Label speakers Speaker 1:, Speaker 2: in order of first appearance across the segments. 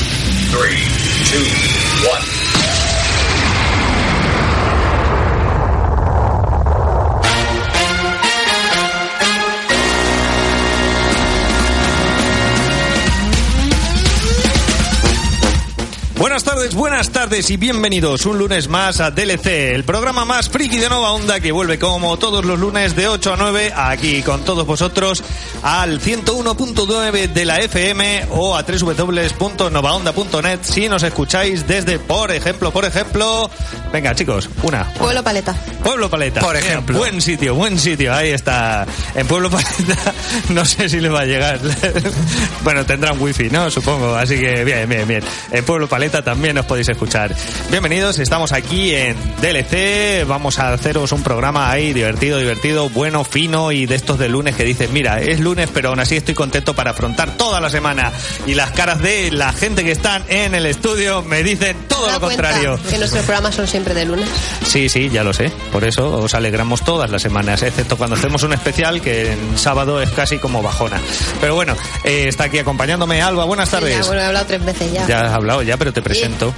Speaker 1: Three, two, one.
Speaker 2: Buenas tardes, buenas tardes y bienvenidos un lunes más a DLC, el programa más friki de Nova Onda que vuelve como todos los lunes de 8 a 9 aquí con todos vosotros al 101.9 de la FM o a www.novaonda.net si nos escucháis desde, por ejemplo, por ejemplo, venga chicos, una,
Speaker 3: Pueblo Paleta.
Speaker 2: Pueblo Paleta.
Speaker 4: Por ejemplo.
Speaker 2: Mira, buen sitio, buen sitio. Ahí está. En Pueblo Paleta no sé si les va a llegar. bueno, tendrán wifi, ¿no? Supongo. Así que bien, bien, bien. En Pueblo Paleta también os podéis escuchar. Bienvenidos, estamos aquí en DLC. Vamos a haceros un programa ahí divertido, divertido, bueno, fino y de estos de lunes que dices, mira, es lunes, pero aún así estoy contento para afrontar toda la semana. Y las caras de la gente que están en el estudio me dicen todo
Speaker 3: Da
Speaker 2: lo
Speaker 3: cuenta
Speaker 2: contrario.
Speaker 3: Que nuestros programas son siempre de lunes.
Speaker 2: Sí, sí, ya lo sé. Por eso os alegramos todas las semanas, excepto cuando hacemos un especial que en sábado es casi como bajona. Pero bueno, eh, está aquí acompañándome Alba. Buenas
Speaker 3: Ya,
Speaker 2: tardes.
Speaker 3: bueno, he hablado tres veces ya.
Speaker 2: Ya has hablado, ya, pero te presento.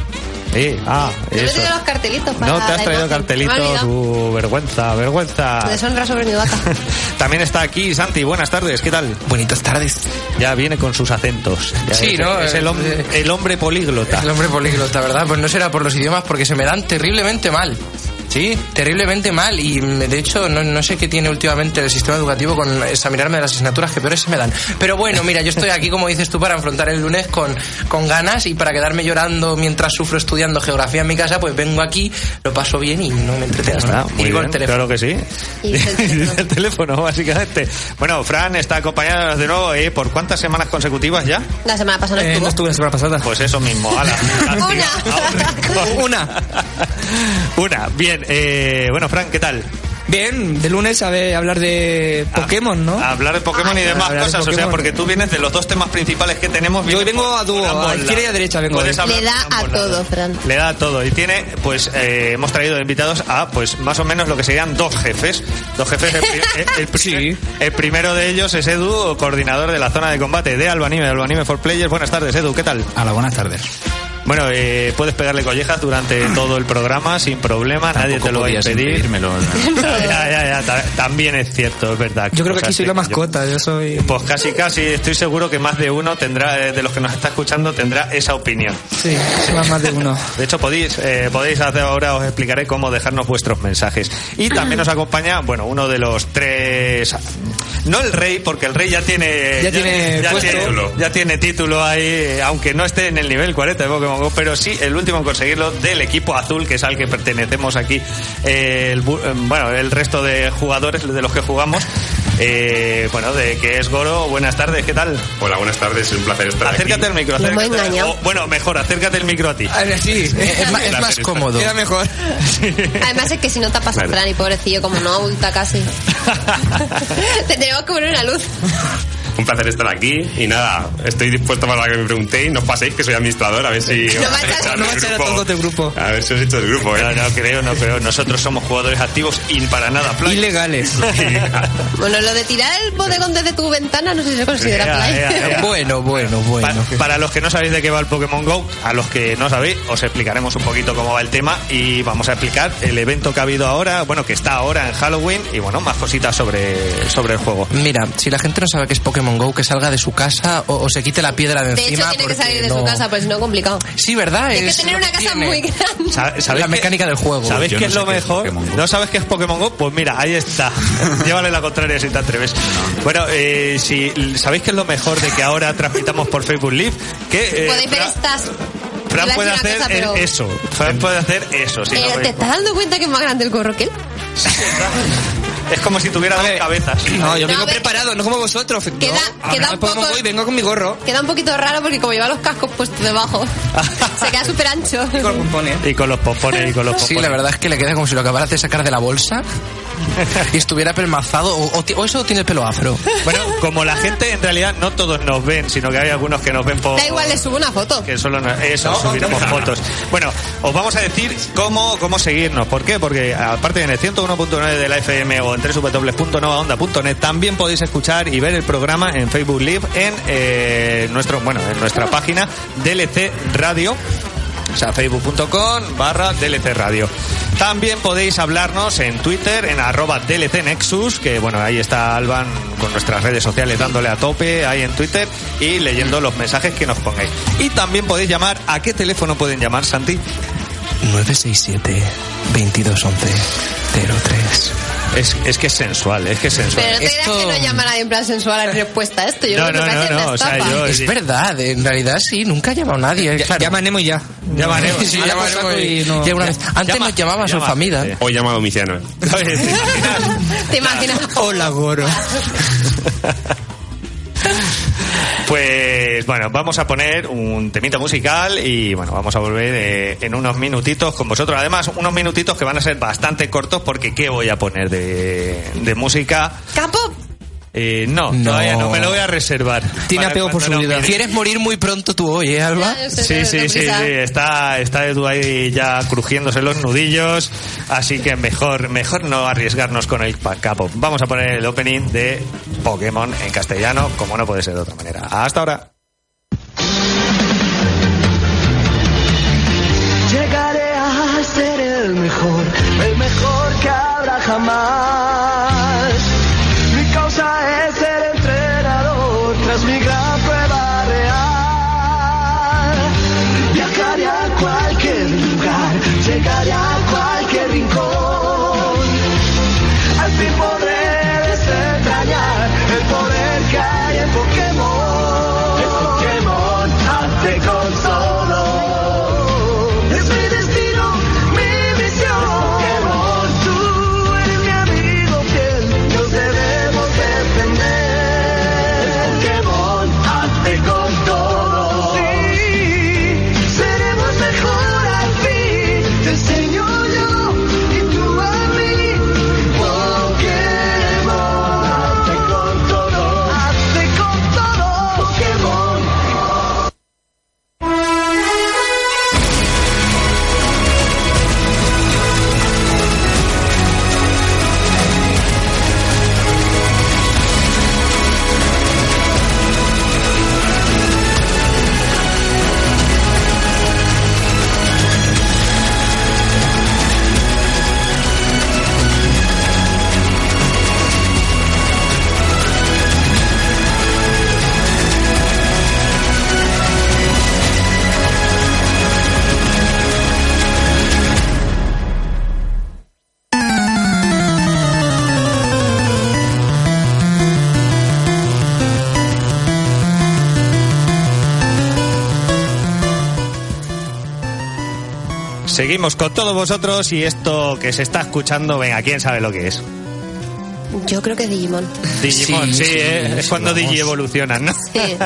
Speaker 2: Eh, ah,
Speaker 3: Te he
Speaker 2: eso.
Speaker 3: metido los cartelitos para
Speaker 2: No te has
Speaker 3: la
Speaker 2: traído
Speaker 3: imagen. Me he
Speaker 2: cartelitos.
Speaker 3: olvidado.
Speaker 2: Uh, vergüenza, vergüenza.
Speaker 3: Deshonra sobre mi vaca.
Speaker 2: También está aquí Santi. Buenas tardes, ¿qué tal?
Speaker 4: Bonitas tardes.
Speaker 2: Ya viene con sus acentos. Ya
Speaker 4: Sí,
Speaker 2: es,
Speaker 4: ¿no?
Speaker 2: Es el, hom-
Speaker 4: Eh,
Speaker 2: el hombre políglota.
Speaker 4: El hombre políglota, ¿verdad? Pues no será por los idiomas porque se me dan terriblemente mal. Sí, terriblemente mal. Y mm, de hecho, no, no sé qué tiene últimamente el sistema educativo con examinarme de las asignaturas que peores se me dan. Pero bueno, mira, yo estoy aquí, como dices tú, para enfrentar el lunes con, con ganas y para quedarme llorando mientras sufro estudiando geografía en mi casa, pues vengo aquí, lo paso bien y no me entretengo.
Speaker 2: Ah,
Speaker 4: y
Speaker 2: muy
Speaker 4: digo el
Speaker 2: bien,
Speaker 4: teléfono.
Speaker 2: Claro que sí.
Speaker 3: Y dice el teléfono.
Speaker 2: Dice el teléfono, básicamente. Bueno, Fran está acompañado de nuevo, ¿eh? ¿Por cuántas semanas consecutivas ya?
Speaker 3: La semana pasada no
Speaker 5: Eh,
Speaker 3: estuvo.
Speaker 5: no estuve la semana pasada.
Speaker 2: Pues eso mismo, ala.
Speaker 3: Una.
Speaker 2: A un rincón.
Speaker 5: Una.
Speaker 2: Una, bien. eh, bueno, Fran, ¿qué tal?
Speaker 5: Bien, de lunes a ver, hablar de Pokémon, ¿no?
Speaker 2: A hablar de Pokémon y
Speaker 5: Ah,
Speaker 2: demás
Speaker 5: hablar de
Speaker 2: cosas, o sea,
Speaker 5: Pokémon.
Speaker 2: porque tú vienes de los dos temas principales que tenemos.
Speaker 5: Yo hoy
Speaker 2: vienes
Speaker 5: vengo
Speaker 2: por-
Speaker 5: a dúo,
Speaker 2: por ambos
Speaker 5: a izquierda y a
Speaker 2: lados.
Speaker 5: derecha vengo ¿eh?
Speaker 2: Puedes
Speaker 5: hoy.
Speaker 2: hablar
Speaker 3: Le da
Speaker 2: por
Speaker 3: a
Speaker 2: ambos
Speaker 3: todo,
Speaker 2: lados.
Speaker 3: Fran.
Speaker 2: Le da a todo. Y tiene, pues, eh, hemos traído de invitados a, pues, más o menos lo que serían dos jefes. Dos jefes. El, pri- eh, el- el pri-
Speaker 5: Sí.
Speaker 2: el primero de ellos es Edu, coordinador de la zona de combate de Albanime, de Albanime for Players. Buenas tardes, Edu, ¿qué tal?
Speaker 6: Hola, buenas tardes.
Speaker 2: Bueno, eh, puedes pegarle collejas durante todo el programa sin problema, nadie te lo va a
Speaker 6: podías
Speaker 2: impedir.
Speaker 6: impedírmelo.
Speaker 2: Ya, ya, ya, ya, ta- también es cierto, es verdad.
Speaker 5: Yo creo que
Speaker 2: Cosas
Speaker 5: aquí soy la
Speaker 2: que yo-
Speaker 5: mascota, yo soy...
Speaker 2: pues casi, casi, estoy seguro que más de uno tendrá, eh, de los que nos está escuchando, tendrá esa opinión.
Speaker 5: Sí, va más de uno.
Speaker 2: De hecho, podéis, eh, podéis hacer ahora, os explicaré cómo dejarnos vuestros mensajes. Y también nos acompaña, bueno, uno de los tres, no el rey, porque el rey ya tiene,
Speaker 5: Ya tiene puesto.
Speaker 2: título. ya tiene título ahí, eh, aunque no esté en el nivel 40 de Pokémon Go, pero sí el último en conseguirlo del equipo azul, que es al que pertenecemos aquí, eh, el, bu- eh, bueno, el resto de jugadores de los que jugamos. Eh, bueno, de que es Goro, buenas tardes, ¿qué tal?
Speaker 7: Hola, buenas tardes, es un placer estar
Speaker 2: Acércate al
Speaker 7: aquí.
Speaker 2: micro,
Speaker 3: Lo hemos
Speaker 2: acércate al-
Speaker 3: engañado.
Speaker 2: o, bueno, mejor, acércate el micro a ti.
Speaker 5: A ver, sí,
Speaker 4: Es, es ma- es más cómodo.
Speaker 5: queda mejor.
Speaker 3: Además es que si no tapas a
Speaker 2: Claro.
Speaker 3: Fran y pobrecillo, como no adulta casi. Te tenemos que poner una luz.
Speaker 7: Un placer estar aquí y nada, estoy dispuesto para lo que me preguntéis. No os paséis que soy administrador, a ver si.
Speaker 3: No
Speaker 7: os
Speaker 3: va a
Speaker 7: echan
Speaker 3: echar-
Speaker 7: del
Speaker 5: no va a echar a todos del grupo.
Speaker 7: A ver si os he hecho del grupo,
Speaker 2: No,
Speaker 7: ¿eh?
Speaker 2: no creo, no creo. Nosotros somos jugadores activos y para nada play.
Speaker 5: Ilegales.
Speaker 3: Bueno, lo de tirar el bodegón desde tu ventana no sé si se considera
Speaker 2: Ea,
Speaker 3: play.
Speaker 2: ea, ea.
Speaker 4: Bueno, bueno, bueno.
Speaker 2: Pa- para los que no sabéis de qué va el Pokémon Go, a los que no sabéis, os explicaremos un poquito cómo va el tema y vamos a explicar el evento que ha habido ahora, bueno, que está ahora en Halloween y bueno, más cositas sobre, sobre el juego.
Speaker 4: Mira, si la gente no sabe que es Pokémon Go, que salga de su casa o, o se quite la piedra de,
Speaker 3: De
Speaker 4: encima.
Speaker 3: hecho, tiene que
Speaker 4: porque
Speaker 3: salir de su
Speaker 4: no-
Speaker 3: casa, pues no complicado.
Speaker 4: Sí, ¿verdad?
Speaker 3: Hay que
Speaker 4: Es
Speaker 3: tener
Speaker 4: lo
Speaker 3: una
Speaker 4: que
Speaker 3: casa
Speaker 4: tiene.
Speaker 3: muy grande.
Speaker 2: Sa-
Speaker 4: La
Speaker 2: qué-
Speaker 4: mecánica del juego.
Speaker 2: ¿Sabéis
Speaker 6: Yo
Speaker 2: qué
Speaker 6: no
Speaker 2: es
Speaker 6: sé
Speaker 2: lo
Speaker 6: qué es
Speaker 2: mejor?
Speaker 6: Pokémon Go.
Speaker 2: ¿No sabes qué es Pokémon Go? Pues mira, ahí está. Llévale la contraria si te atreves. Bueno, eh, si ¿sabéis qué es lo mejor de que ahora transmitamos por Facebook Live? Que, eh,
Speaker 3: Podéis ver
Speaker 2: Fra-
Speaker 3: estas...
Speaker 2: Fran
Speaker 3: Iba a
Speaker 2: puede
Speaker 3: decir
Speaker 2: hacer
Speaker 3: una cosa, pero-
Speaker 2: el- eso. Fran puede hacer eso. si no
Speaker 3: Eh,
Speaker 2: veis-
Speaker 3: ¿Te estás dando cuenta que es más grande el gorro que él?
Speaker 2: Es como si tuviera dos cabezas.
Speaker 5: No, yo vengo
Speaker 3: ve-
Speaker 5: preparado, no como vosotros. No,
Speaker 3: Queda-
Speaker 5: a
Speaker 3: queda
Speaker 5: ver,
Speaker 3: un poco-
Speaker 5: Pokémon Go y vengo con mi gorro.
Speaker 3: Queda un poquito raro porque como lleva los cascos puestos debajo, se queda súper ancho.
Speaker 5: Y con pompones.
Speaker 4: Pues
Speaker 2: Y con los pompones y con los pompones.
Speaker 4: Sí, la verdad es que le queda como si lo acabaras de sacar de la bolsa. y estuviera pelmazado, o, o ti- o eso tiene el pelo afro.
Speaker 2: Bueno, como la gente en realidad no todos nos ven, sino que hay algunos que nos ven por...
Speaker 3: Da igual, le subo una foto.
Speaker 2: que solo no- eso,
Speaker 4: No,
Speaker 2: subiremos
Speaker 4: no.
Speaker 2: fotos. Bueno, os vamos a decir cómo, cómo seguirnos. ¿Por qué? Porque aparte en el 101.9 de la FM o en www.novaonda.net también podéis escuchar y ver el programa en Facebook Live en eh, nuestro, bueno, en nuestra página DLC Radio. O sea, facebook.com barra DLC Radio. También podéis hablarnos en Twitter, en arroba DLC Nexus, que bueno, ahí está Alban con nuestras redes sociales dándole a tope ahí en Twitter y leyendo los mensajes que nos pongáis. Y también podéis llamar, ¿a qué teléfono pueden llamar, Santi?
Speaker 4: 967 2211 03.
Speaker 2: Es, es que es sensual, es que es sensual.
Speaker 3: Pero no te
Speaker 4: Esto-
Speaker 3: dirás que no llama a nadie en plan sensual a la respuesta a esto. Yo
Speaker 2: No,
Speaker 3: creo que
Speaker 2: no,
Speaker 3: me
Speaker 2: no,
Speaker 3: hace
Speaker 2: no,
Speaker 3: una
Speaker 2: o sea,
Speaker 3: estafa.
Speaker 2: yo-
Speaker 4: Es verdad, en realidad sí, nunca ha llamado nadie. claro.
Speaker 5: Llama a Nemo y ya.
Speaker 2: Llamaremos.
Speaker 4: Sí,
Speaker 5: Ahora
Speaker 4: llama
Speaker 5: por
Speaker 4: a Nemo
Speaker 5: saco
Speaker 4: y-
Speaker 5: y no-
Speaker 4: ya una vez. Antes
Speaker 2: Llama-
Speaker 4: nos llamaba a su
Speaker 2: llama.
Speaker 4: familia.
Speaker 2: Sí.
Speaker 7: Hoy llamado Domiciano.
Speaker 2: ¿Sabes? ¿Te imaginas?
Speaker 3: ¿Te imaginas?
Speaker 5: Hola, Goro.
Speaker 2: Pues bueno, vamos a poner un temita musical y bueno, vamos a volver eh, en unos minutitos con vosotros. Además, unos minutitos que van a ser bastante cortos porque ¿qué voy a poner de, de música?
Speaker 3: ¿Capo?
Speaker 2: Eh, no,
Speaker 4: No.
Speaker 2: todavía no, me lo voy a reservar.
Speaker 5: Tiene
Speaker 2: Para
Speaker 4: pues
Speaker 5: apego por
Speaker 2: cuando
Speaker 5: su
Speaker 2: lo
Speaker 5: vida.
Speaker 2: mire.
Speaker 4: ¿Quieres morir muy pronto tú hoy, eh, Alba?
Speaker 3: Ya, yo sé,
Speaker 2: Sí,
Speaker 3: Ah, no,
Speaker 2: sí,
Speaker 3: no,
Speaker 2: sí, sí,
Speaker 3: prisa.
Speaker 2: está, está Edu ahí ya crujiéndose los nudillos, así que mejor, mejor no arriesgarnos con el pa- capo. Vamos a poner el opening de Pokémon en castellano, como no puede ser de otra manera. Hasta ahora.
Speaker 6: Llegaré a ser el mejor, el mejor que habrá jamás. Mi causa es ser entrenador tras mi gran prueba real. Viajaré a cualquier lugar, llegaré a cualquier rincón. Al fin podré desentrañar el poder que hay en Pokémon. En Pokémon, hazte con solo. Es mi destino, mi misión. Pokémon, tú eres mi amigo fiel. Nos debemos defender. En Pokémon, hazte con todo. Sí, seremos mejor al fin. Te enseño yo y tú a mí. Pokémon, hazte con todo, hazte con todo, Pokémon.
Speaker 2: Seguimos con todos vosotros y esto que se está escuchando, venga, quién sabe lo que es.
Speaker 3: Yo creo que es Digimon.
Speaker 2: Digimon, sí,
Speaker 4: Sí, sí,
Speaker 2: ¿eh?
Speaker 4: sí,
Speaker 2: es cuando
Speaker 4: vamos.
Speaker 2: Digi evolucionan, ¿no?
Speaker 3: Sí.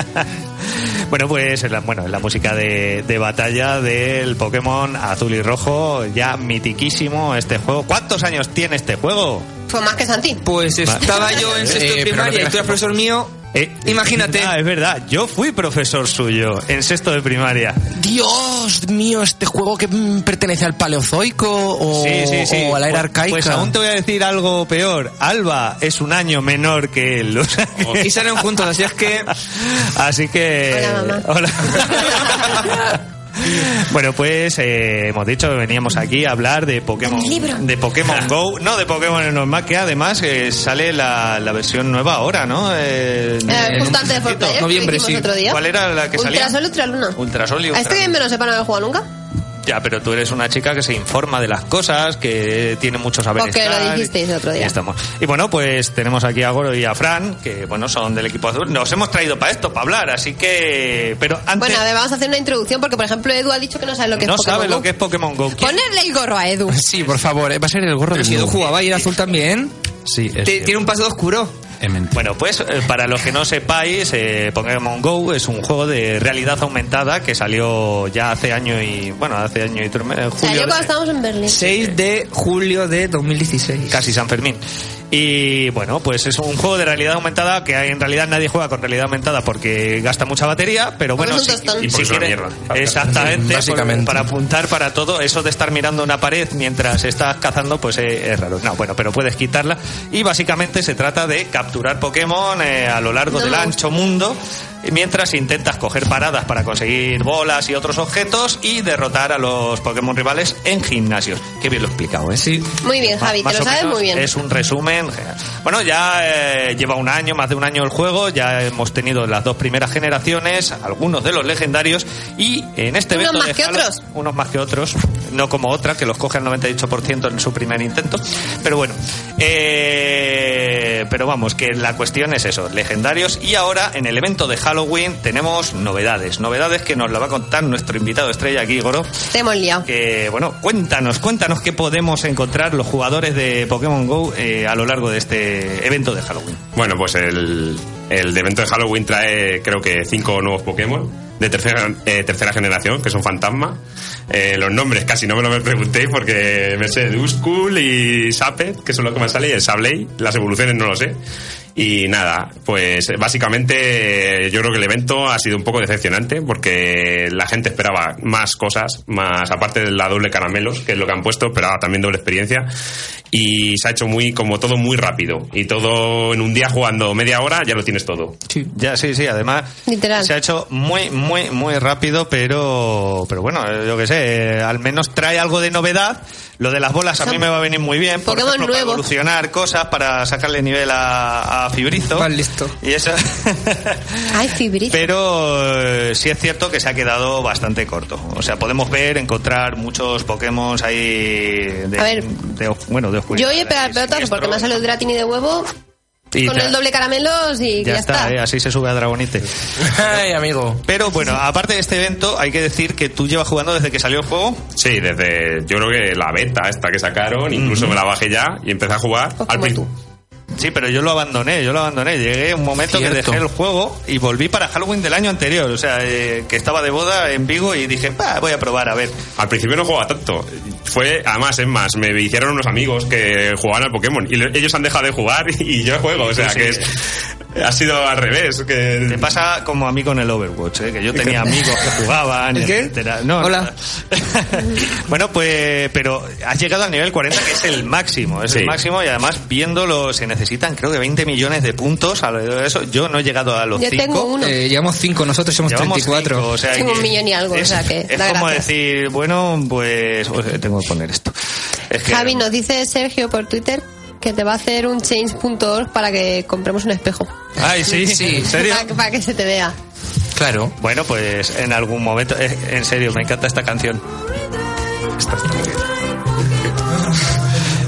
Speaker 2: bueno, pues es la, bueno, es la música de, de batalla del Pokémon azul y rojo, ya mitiquísimo este juego. ¿Cuántos años tiene este juego?
Speaker 3: Fue más que Santi.
Speaker 5: Pues estaba yo en sexto
Speaker 4: Eh,
Speaker 5: de
Speaker 4: pero no te
Speaker 5: primaria y
Speaker 4: creas
Speaker 5: tú eras profesor mío.
Speaker 2: Eh,
Speaker 5: Imagínate.
Speaker 2: Ah, es verdad, yo fui profesor suyo en sexto de primaria.
Speaker 4: Dios mío, este juego que mm, pertenece al paleozoico o,
Speaker 2: Sí, sí, sí.
Speaker 4: o a la era
Speaker 2: Pues-
Speaker 4: arcaica.
Speaker 2: Pues aún te voy a decir algo peor. Alba es un año menor que él. o sea que-
Speaker 5: Y salen juntos, así es que.
Speaker 2: Así que.
Speaker 3: Hola, mamá.
Speaker 2: Hola. Bueno, pues eh, hemos dicho que veníamos aquí a hablar de Pokémon,
Speaker 3: mi libro.
Speaker 2: de Pokémon Go, no de Pokémon normal, que además eh, sale la, la versión nueva ahora, ¿no? Eh,
Speaker 3: Eh,
Speaker 2: en
Speaker 3: justo
Speaker 2: un
Speaker 3: antes de
Speaker 2: poquito.
Speaker 3: Fortnite.
Speaker 5: noviembre,
Speaker 3: dijimos
Speaker 5: sí.
Speaker 3: otro día.
Speaker 2: ¿Cuál era la que salía?
Speaker 3: Ultrasol, Ultraluna.
Speaker 2: Ultrasol y
Speaker 3: A este
Speaker 2: Ultraluna.
Speaker 3: game me lo sepa, no lo he jugado nunca.
Speaker 2: Ya, pero tú eres una chica que se informa de las cosas, que tiene mucho saber.
Speaker 3: Porque lo
Speaker 2: estar,
Speaker 3: dijisteis
Speaker 2: y-
Speaker 3: otro día.
Speaker 2: y estamos. Y bueno, pues tenemos aquí a Goro y a Fran, que bueno, son del equipo azul. Nos hemos traído para esto, para hablar, así que. Pero antes.
Speaker 3: Bueno, a ver, vamos a hacer una introducción porque, por ejemplo, Edu ha dicho que no sabe lo que
Speaker 2: no
Speaker 3: es Pokémon
Speaker 2: sabe
Speaker 3: Go.
Speaker 2: lo que es Pokémon Go. ¿Quién-
Speaker 3: Ponerle el gorro a Edu.
Speaker 4: Sí, por favor, eh, va a ser el gorro de
Speaker 5: Pero si Edu
Speaker 4: nuevo.
Speaker 5: jugaba y era azul también.
Speaker 4: Sí, es
Speaker 5: Te-
Speaker 4: cierto.
Speaker 5: tiene un pasado oscuro.
Speaker 8: Es mentira.
Speaker 2: Bueno, pues eh, para los que no sepáis, eh, Pokémon Go es un juego de realidad aumentada que salió ya hace año y bueno, hace año y tres meses,
Speaker 3: Salió
Speaker 2: julio,
Speaker 3: cuando
Speaker 2: eh,
Speaker 3: estábamos en Berlín.
Speaker 5: 6 de julio de 2016.
Speaker 2: casi San Fermín. Y bueno, pues es un juego de realidad aumentada que en realidad nadie juega con realidad aumentada porque gasta mucha batería, pero
Speaker 3: Porque
Speaker 2: bueno,
Speaker 3: es un tostón.
Speaker 7: Y porque es una
Speaker 2: quieren-
Speaker 7: mierda.
Speaker 2: exactamente,
Speaker 4: Básicamente.
Speaker 2: para apuntar para todo, eso de estar mirando una pared mientras estás cazando, pues eh, es raro. No, bueno, pero puedes quitarla. Y básicamente se trata de capturar Pokémon eh, a lo largo
Speaker 3: No
Speaker 2: del
Speaker 3: me
Speaker 2: ancho mundo mientras intentas coger paradas para conseguir bolas y otros objetos y derrotar a los Pokémon rivales en gimnasios. Qué bien lo he explicado, ¿eh?
Speaker 5: Sí.
Speaker 3: Muy bien,
Speaker 2: Ma-
Speaker 3: Javi, te
Speaker 2: más
Speaker 3: lo
Speaker 2: o
Speaker 3: sabes
Speaker 2: menos
Speaker 3: muy bien.
Speaker 2: Es un resumen. Bueno, ya eh, lleva un año, más de un año el juego. Ya hemos tenido las dos primeras generaciones, algunos de los legendarios. Y en este
Speaker 3: Unos
Speaker 2: evento.
Speaker 3: más
Speaker 2: de
Speaker 3: que
Speaker 2: Halo-
Speaker 3: otros.
Speaker 2: Unos más que otros. No como otra, que los coge al 98% en su primer intento. Pero bueno. eh, pero vamos, que la cuestión es eso: legendarios. Y ahora, en el evento de Halloween, tenemos novedades. Novedades que nos la va a contar nuestro invitado estrella aquí, Goro
Speaker 3: Te hemos liado.
Speaker 2: que bueno, cuéntanos, cuéntanos qué podemos encontrar los jugadores de Pokémon Go eh, a lo largo de este evento de Halloween.
Speaker 7: Bueno, pues el, el evento de Halloween trae creo que cinco nuevos Pokémon de tercera, eh, tercera generación, que son fantasma. Eh, los nombres casi no me lo preguntéis porque me sé Duskull y Sapet, que son los que me salen, y el Sabley, las evoluciones no lo sé. Y nada, pues eh, básicamente eh, yo creo que el evento ha sido un poco decepcionante porque la gente esperaba más cosas, más aparte de la doble caramelos, que es lo que han puesto, esperaba también doble experiencia. Y se ha hecho muy, como todo muy rápido. Y todo en un día jugando media hora ya lo tienes todo.
Speaker 5: Sí.
Speaker 2: Ya, sí, sí, además
Speaker 3: Literal.
Speaker 2: se ha hecho muy, muy, muy rápido, pero, pero bueno, eh, yo que sé, eh, al menos trae algo de novedad. Lo de las bolas a
Speaker 3: Son
Speaker 2: mí me va a venir muy bien, por
Speaker 3: Pokémon
Speaker 2: ejemplo, para
Speaker 3: nuevos.
Speaker 2: evolucionar cosas, para sacarle nivel a, a Fibrizo.
Speaker 5: Vas listo.
Speaker 2: Y eso...
Speaker 3: Ay, fibrito.
Speaker 2: Pero eh, sí es cierto que se ha quedado bastante corto. O sea, podemos ver, encontrar muchos Pokémon ahí de,
Speaker 3: A ver.
Speaker 2: de os- bueno, de oscuridad.
Speaker 3: Yo hoy he pegado
Speaker 2: y
Speaker 3: el pelotazo porque
Speaker 2: siniestro.
Speaker 3: me ha salido Dratini de huevo
Speaker 2: Y
Speaker 3: con
Speaker 2: ta-
Speaker 3: el doble caramelos y
Speaker 2: Ya,
Speaker 3: ya,
Speaker 2: está, eh, así se sube a Dragonite.
Speaker 4: Ay, amigo.
Speaker 2: Pero bueno, aparte de este evento, hay que decir que tú llevas jugando desde que salió el juego.
Speaker 7: Sí, desde yo creo que la beta esta que sacaron, incluso me la bajé ya y empecé a jugar.
Speaker 3: Pues
Speaker 7: al
Speaker 3: como
Speaker 7: prin-
Speaker 3: tú.
Speaker 2: Sí, pero yo lo abandoné, yo lo abandoné. Llegué un momento que
Speaker 4: Cierto.
Speaker 2: dejé el juego y volví para Halloween del año anterior. O sea, eh, que estaba de boda en Vigo y dije, "Bah, voy a probar, a ver.
Speaker 7: Al principio no jugaba tanto. Fue, además, es más, me hicieron unos amigos que jugaban al Pokémon y le- ellos han dejado de jugar y yo juego. O sea,
Speaker 2: Sí, sí.
Speaker 7: que es, ha sido al revés. Que
Speaker 2: Te pasa como a mí con el Overwatch, ¿eh? que yo tenía amigos que jugaban,
Speaker 5: ¿El qué?
Speaker 2: etcétera. No,
Speaker 5: Hola.
Speaker 2: nada. bueno, pues, pero has llegado al nivel 40, que es el máximo, es el
Speaker 7: Sí.
Speaker 2: máximo, y además viéndolo se necesitan creo que 20 millones de puntos alrededor de eso. Yo no he llegado a los
Speaker 3: Yo
Speaker 2: 5.
Speaker 3: tengo uno.
Speaker 5: Eh, llevamos 5, nosotros somos 34.
Speaker 2: cinco, o sea
Speaker 3: Tengo
Speaker 2: que
Speaker 3: un millón y algo, o
Speaker 2: es-
Speaker 3: sea que
Speaker 2: Es
Speaker 3: da
Speaker 2: como
Speaker 3: gracias.
Speaker 2: decir, bueno, pues, pues, tengo que poner esto. Es que-
Speaker 3: Javi, nos dice Sergio por Twitter que te va a hacer un change.org para que compremos un espejo.
Speaker 2: Ay, sí, sí, ¿en serio?
Speaker 3: Para, para que se te vea.
Speaker 4: Claro.
Speaker 2: Bueno, pues en algún momento, eh, en serio, me encanta esta canción. Esta está muy bien.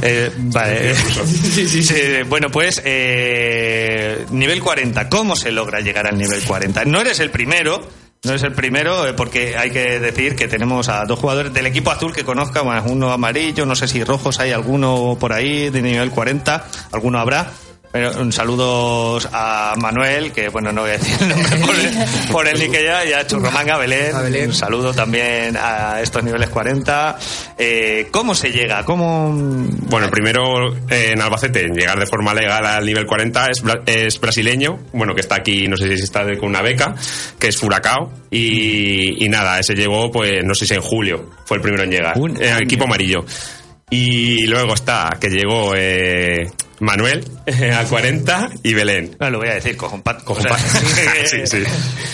Speaker 2: Eh, vale. eh, sí, Bueno, pues eh, nivel 40. ¿Cómo se logra llegar al nivel 40? No eres el primero. No eres el primero eh, porque hay que decir que tenemos a dos jugadores del equipo azul que conozca, más uno amarillo, no sé si rojos hay alguno por ahí de nivel 40, alguno habrá. Pero un saludos a Manuel, que bueno, no voy a decir el nombre por el, por el ni que ya, y a Churromanga Belén.
Speaker 5: A Belén.
Speaker 2: Un saludo también a estos niveles 40. Eh, ¿Cómo se llega? ¿Cómo,
Speaker 7: Bueno, primero eh, en Albacete, llegar de forma legal al nivel 40 es, bra- es brasileño, bueno, que está aquí, no sé si está de- con una beca, que es Furacao, y, y nada, ese llegó, pues, no sé si en julio, fue el primero en llegar,
Speaker 2: Un
Speaker 7: en el
Speaker 2: año.
Speaker 7: equipo amarillo. Y luego está, que llegó eh, Manuel al 40 y Belén.
Speaker 2: No, lo voy a decir, cojo un pat.
Speaker 7: Cojo un pat. Sí, sí.